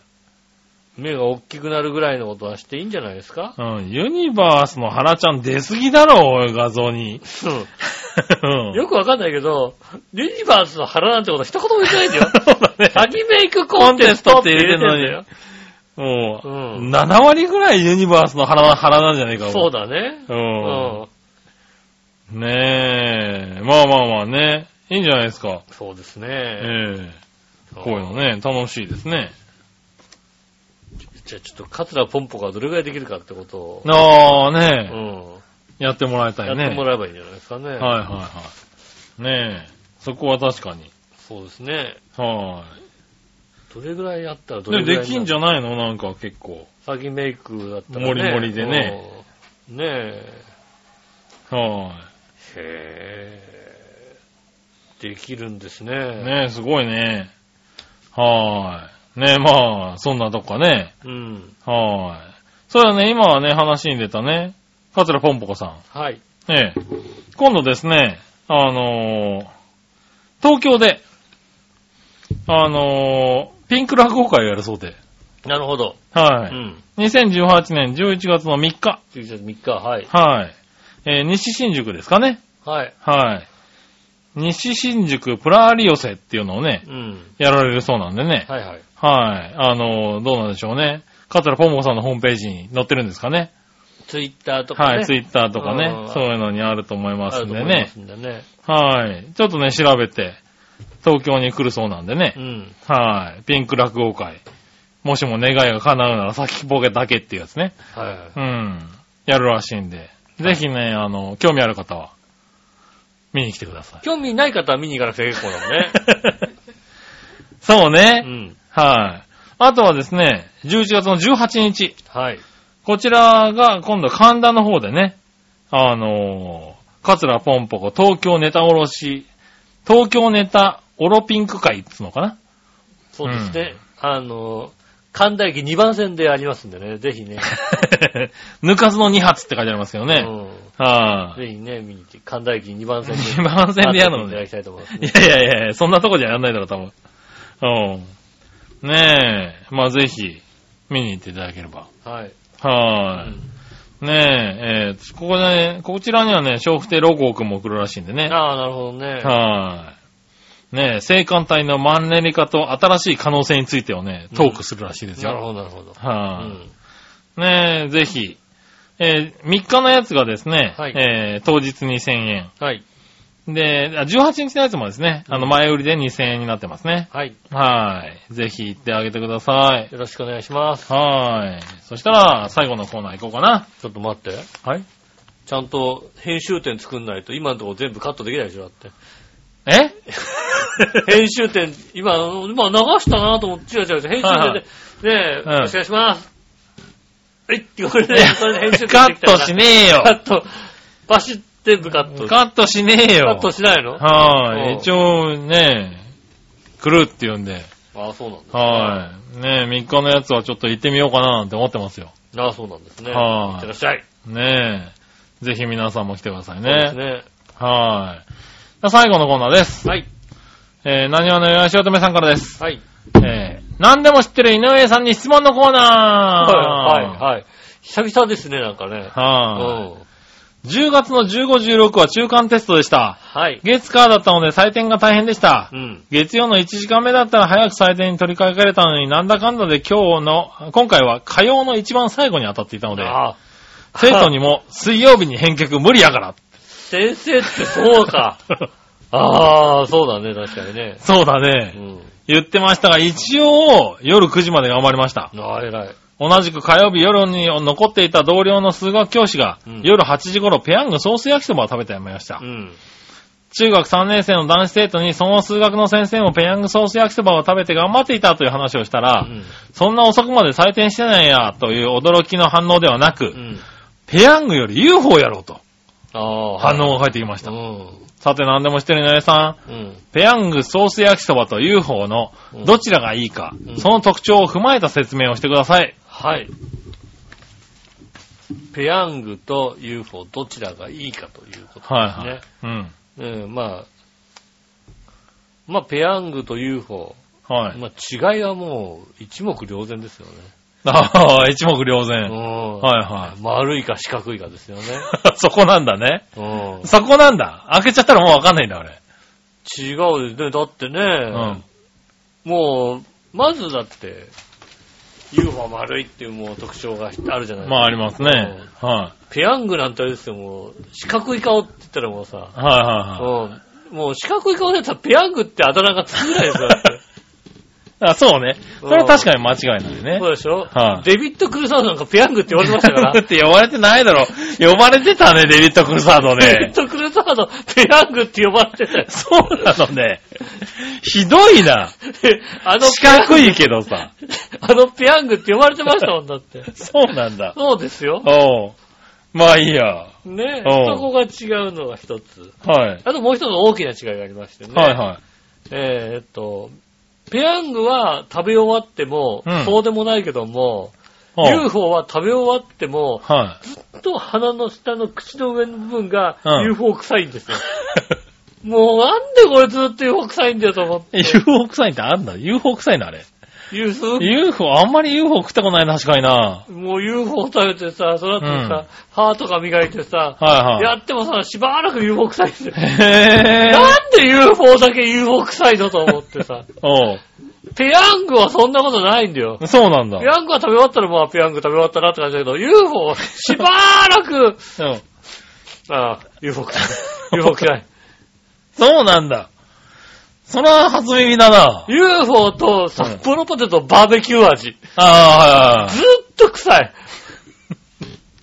目が大きくなるぐらいのことはしていいんじゃないですか
い、うん。ユニバースの原ちゃん出すぎだろ、おい画像
う
に。
ん よくわかんないけど、ユニバースの腹なんてことは一言も言ってないんだよ。
そうだね。
詐欺メイクコンテストって入れてんだよ。
もう、
うん
7割ぐらいユニバースの腹な、腹なんじゃねえか、も
そうだね。
う。。
うん
ねえ、まあまあまあね、いいんじゃないですか。
そうです
え
ね。
え
そ
こういうのね、楽しいですね。
じゃあちょっと、カツラポンポがどれぐらいできるかってことを、
ああ、
う
ね
ん。
え、やってもらいた
や
い
っ
ね。
てもらえばいいんじゃないですかね。
はいはいはい。ねえ、そこは確かに。
そうですね。
は
どれぐらいやったら
い。
どれ
で、
ぐらい
できんじ
ゃ
ゃないのなんか結構。
詐欺メイクだったらね。
もりもりでね
うん。ねえ。
は
へえ。できるんですね。
い。ねえ、すごいね。はーい。ねえ、まあ、そんなとこかね。
うん。
はーい。そうだね、今はね、話に出たね、桂ぽんぽこさ
はい。
ん。ええ。今度ですね、あのー東京で、あのーピンク落語会をやるそうで。
なるほど。
は
う
い。
ん。
2018年11月の3日。
11月3日、はい。
はい。えー西新宿ですかね。
はい。
はい。西新宿プラーリ寄せっていうのをね、
うん。
やられるそうなんでね。
はいはい。
はい。あのーどうなんでしょうね。カツラポンポさんのホームページに載ってるんですかね。
ツイッターとかね。
はい。ツイッターとか
う
ね
ん。
そういうのにあると思いま
あ
す
る
ん
と
で
思いま
ね
す。んでね。
はい。ちょっとね、調べて、東京に来るそうなんでね
う。ん。
はい。ピンク落語会。もしも願いが叶うなら先ボケだけっていうやつね。
はいはい。
うん。やるらしいんで。ぜひね、あの、興味ある方は、見に来てく ださい。
興味ない方は見に行かなくて結構だもん ね。
そう
う
ね。
ん。
はい。あとはですね、11月の18日。
はい。
こちらが今度神田の方でね、あのー、カツラポンポコ東京ネタおろし、東京ネタおろピンク会っつうのかな
そうですね。あの、神田駅2番線でありますんでね、ぜひね。
ぬかずの2発って書いてありますよ
う
ね。
ん。
はい、
ぜひね、見に行って、神田駅2番線で。
2番線でやるの
いただ
ね。
きたいと思います
い
ね。
やいやいやいや、そんなとこじゃやんないだろ、多分。うん。ねえ、まあぜひ、見に行っていただければ。
はい。
は
うん
ーい。ねえ、えーここね、こちらにはね、笑福亭ロゴくんも来るらしいんでね。
ああ、なるほどね。
はい。ねえ、生還隊のマンネリ化と新しい可能性についてをね、トークするらしいです
なる
よ。
ほど、なるほど。う
はい、
ん。
ねえ、ぜひ。えー3日のやつがですね、
はい
えー当日2000円。
はい。
で、あ18日のやつもですね、あの、前売りで2000円になってますね。
はい。
はい。ぜひ行ってあげてください。
よろしくお願いします。
はい。そしたら、最後のコーナー行こうかな。
ちょっと待って。
はい。
ちゃんと編集点作んないと今のところ全部カットできないでしょ、だって。
え
編集点、今、今流したなと思って、違う違う違う、編集点で、ねえ、
うん
お願いします。はいってこれで、それで 編集点
カ
で
ッ
きた
ト
ら
しねえよ
カ。ット、バシッ全部カット。
カットしねえ
カ
よ
ッ。トしないの
はい。
うん
一応ね、来るって言うんで、
ああ、そうなんですね
はい。ね3日のやつはちょっと行ってみようかななんて思ってますよ。
ああ、そうなんですね。
はい
いってらっしゃい。
ねえ。ぜひ皆さんも来てくださ
そ
い
うです
ね。
ね。
はい。じゃあ最後のコーナーです。
はい。
えー、何話のよしおとめさんからです。
はい。
えー、何でも知ってる井上さんに質問のコー
はい。
ナー
はい。はい。久々ですね、なんかね。
はい。
うん。
10月の15、16は中間テストでした。
はい。
月火だったので採点が大変でした
う。ん。
月曜の1時間目だったら早く採点に取り掛かれたのになんだかんだで今日の、今回は火曜の一番最後に当たっていたので、
ああ、
生徒にも水曜日に返却無理やから。
先生ってそう か。ああ、そうだね、確かにね。
そうだ
う
ね。
ん。
言ってましたが、一応夜9時まで頑張りました。
ああ、偉い。
同じく火曜日夜に残っていた同僚の数学教師が、
うん
夜8時頃ペヤングソース焼きそばを食べてやめました。
うん。
中学3年生の男子生徒にその数学の先生もペヤングソース焼きそばを食べて頑張っていたという話をしたら、
うん
そんな遅くまで採点してないや、という驚きの反応ではなく、
うん。
ペヤングより UFO やろうと、
ああ。
反応が返ってきまし
う
た。
ん。
さて何でもしてる井上さん、
うん。
ペヤングソース焼きそばと UFO の
うん
どちらがいいか、
うん
その特徴を踏まえた説明をしてください。
はい。ペヤングと UFO どちらがいいかということですね。
はいはい。うん。
うん、まあ、まあ、ペヤングと UFO、
はい。
まあ、違いはもう一目瞭然ですよね。
ああ、一目瞭
うん。
然。はい は
丸いか四角いかですよね。
い。そこなんだね。
うん。
そこなんだ。開けちゃったらもうわかんないんだ、あれ。
違うですね。だってね、
うん。
もう、まずだって、UFO は丸いっていうもう特徴があるじゃないですか。
まあありますね。は
ペヤングなんてあれですよ、もう、四角い顔って言ったらもうさ
い。、はいはいはい。
うん。もう四角い顔でやったらペヤングってあだ名がつくぐらいですよ。だって
あ、そうね。それは確かに間違いない ね
そう。でしょ、
はい
デビッド・クルサードなんかペヤングって言われてましたから
だ。って呼ばれてないだろ。呼ばれてたね、デビッド・クルサード
デビッ
ね。
ド・クルサード、ペヤングって呼ばれてたよ
そうなのね。ひどいな。
あの、
四角いけどさ。
あのペヤングって呼ばれてましたもんだって。
そうなんだ。
そうですよ。
おう。まあいいや。
ね
お
そ
う
こが違うのが一つ。
はい。
あともう一つ大きな違いがありましてね。
はいはい。
えーっと、ペヤングは食べ終わっても、
うん
そうでもないけども、
おう
UFO は食べ終わっても、
は
と鼻の下の口の上の部分が
うん
UFO 臭いん ですよ。もうなんでこれずっと UFO 臭いんだよと思って。
い。UFO 臭いってあんだ ?UFO 臭いのあれ。
UFO
UFO、あんまり UFO 食ったことないな、確かにな。
もう UFO 食べてさ、その後にさ、歯とか磨いてさ、
はい
や
はい。
ってもさ、しばらく UFO 臭いんですよ。
へぇー。
なんで UFO だけ UFO 臭いのと思って さ、
お
ペヤングはそんなことないんだよ。
う。そうなんだ。
ペヤングは食べ終わったらまあペヤング食べ終わったなって感じだけど、UFO はしばらく、
うん
ああ、UFO 臭い。UFO 臭い。
そうなんだ。そら、初耳だな。
UFO と札幌ポテトバーベキュー味。
あーはいはい
ずっと臭い。
はい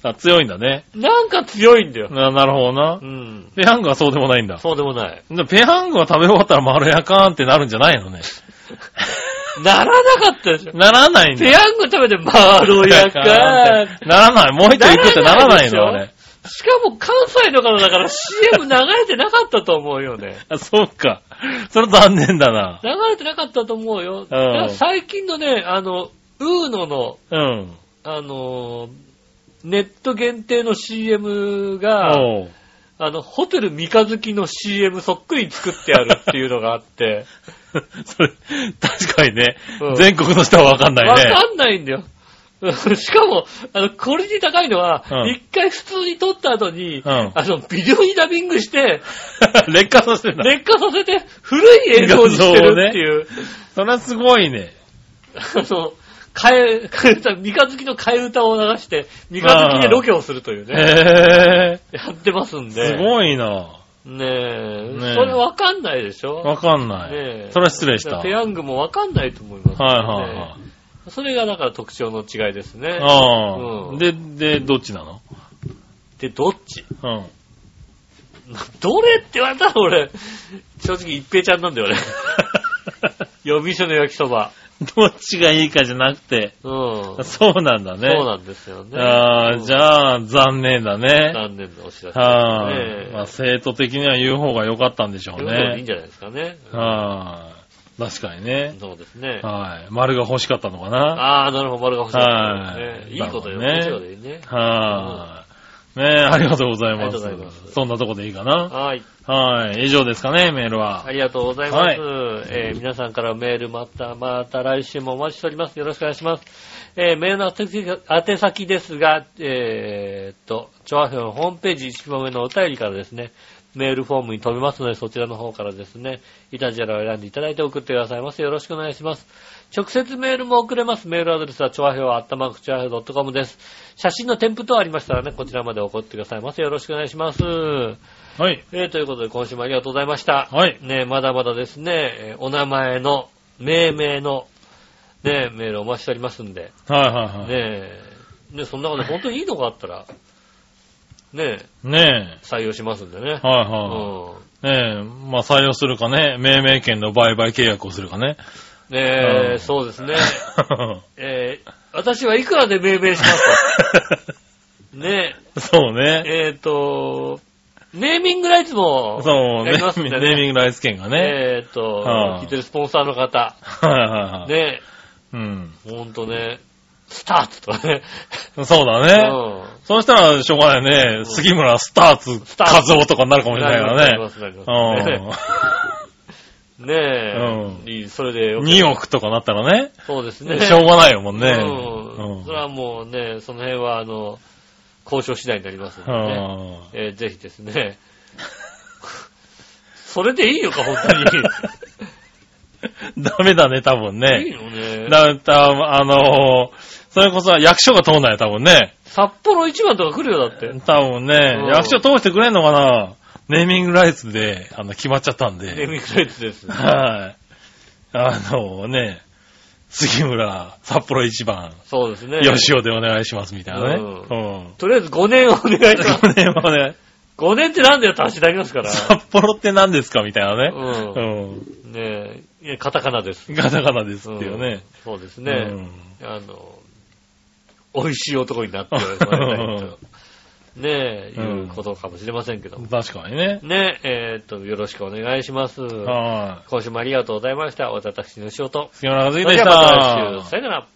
あ、強いんだね。
なんか強いんだよ。
ななるほどな
う。ん。
ペヤングはそうでもないんだ。
そうでもない。
でペヤングは食べ終わったらまろやかーんってなるんじゃないのね。
ならなかったでしょ。
ならないんだ。
ペヤング食べてまろやか
ーん ってならない。もう一個行くってならないの、
なら
あ
ない
れ。
しかも関西の方だから CM 流れてなかったと思うよね。
あ、そうか。それ残念だな。
流れてなかったと思うよ。だから最近のね、あの、ウーノの、
うん。
あのー、ネット限定の CM が、
おう
あの、ホテル三日月の CM そっくり作ってあるっていうのがあって、
それ、確かにね
う。ん
全国の人はわかんな
わ
いね。
かんないんだよ。 しかも、あの、クオリティ高いのは
う、ん
一、回普通に撮った後に、
ん
あの、ビデオにダビングして、
劣化させてんだ。
劣化させて、古い映像にしてるっていう、
それはすごいね。
あの、替え、替え歌、三日月の替え歌を流して、三日月でロケをするというね、
へ
やってますん
ぇー。
で。
すごいな。
ねえ、
ねえ
それわかんないでしょ
わかんな
ねえ
い。それは失礼した。はい
ペヤングもわかんないと思います、
はいはい。
い。それがだから特徴の違いですね。
あ
う
あ。
ん
で、で、どっちなの
で、どっち
うん。
どれって言われたら俺、正直一平ちゃんなん だよね。夜店の焼きそば。
どっちがいいかじゃなくて。
うん。そう
そうなんだね。
なんですよね。
ああ、じ
あ。
ゃあ、残念だね。
残念なお知らせ。
は
ねえ
い。まあ、生徒的には言う方が良かったんでしょう
ということでいいん
ね。
じゃないですかね。
はい。確かにね。
そうですね。
はい。丸が欲しかったのかな。
ああ、なるほど、丸が欲しい
は
ですね。
い
いいことよ。
なる
以上
ほどね
でいいね。
はい。ねえ、ありがとうござい
あり
ま
がとう
す
ございます。
そんなとこでいいかな。
はい。
はい。以上ですかね、メール
あ
は。
りがとうございます。
はい
えー皆さんからメールまた、また来週もお待ちしております。よろしくお願いします。えーメールの宛先宛先ですが、えーっと、調和表のホームページ一番上のお便りからですね、メールフォームに飛びますので、そちらの方からですね、イタジェラを選んでいただいて送ってくださいます。よろしくお願いします。直接メールも送れます。メールアドレスは、調和表あったまく調和表 .com です。写真の添付等ありましたらね、こちらまで送ってくださいませ。よろしくお願いします。
はい。
えーということで今週もありがとうございました。
はい。
ね、まだまだですね、えーお名前の、命名の、ね、メールお待ちしておりますんで、
はいはいはい。
ね、ね、そんなこと本当にいいのがあったら、ね、
ね
採用しますんでね
え。。はい
うん
は。い。ねえ、まあ採用するかね、命名権の売買契約をする かね。
ね
う
え、
ん
そうですね。えー私はいくらで命名します かね
そうね。
え、えーと、ネーミングライツも、
そう
や
ね、
りますんでね
ネーミングライス券がね。
えーと、
うん
聞いてるスポンサーの方、
はいはいはい。
ね、
うん。
ほんとね、スタートとかね。
そうだ
うん
ね。そうしたら、しょうがないね。杉村スターツ、
ターツ
カズオとかになるかもしれない
なり
か
ますなります
ら
なり
ね
ます。ね
う
えいい、それで
う
よ
ん。
く、
2億とかなったらね。
そうですね。
しょうがないもんね。
うん。それはもうね、その辺は、あの、交渉次第になりますのでね。
う
えーぜひですね。それでいいのか、本当
ん。ダメだね、多分
に。いい
ね。
の ね。
だ、た、あのー、それこそ役所が通んないよ、多分ね。
札幌一番とか来るよ、だって。
多分ね
うん、
役所通してくれんのかなネーミングライツで、あの、決まっちゃったんで。
ネーミングライツです。
はい。あのね、杉村、札幌一番、
そうですね。
吉尾でお願いしますみたいなね。
う
うん。
とりあえず5年お願いし ます。
5年はね、
5年ってなんだよって話になりますから。
札幌って何ですかみたいなね。
う。
うん
ねえ、いや、カタカナです。
ん。ガタガタですっていうね。
うん。そうです
う
ね。
ん
あの、美味しい男になっておられ たいと、ねえ、
うん
いうことかもしれませんけども。
確かにね。
ねえ、えーっと、よろしくお願いします。
は
今週もありがとうございました。私の仕事。
い。杉村和
そ
之
れ
でし
ではまた来週。
た
さ。よなら。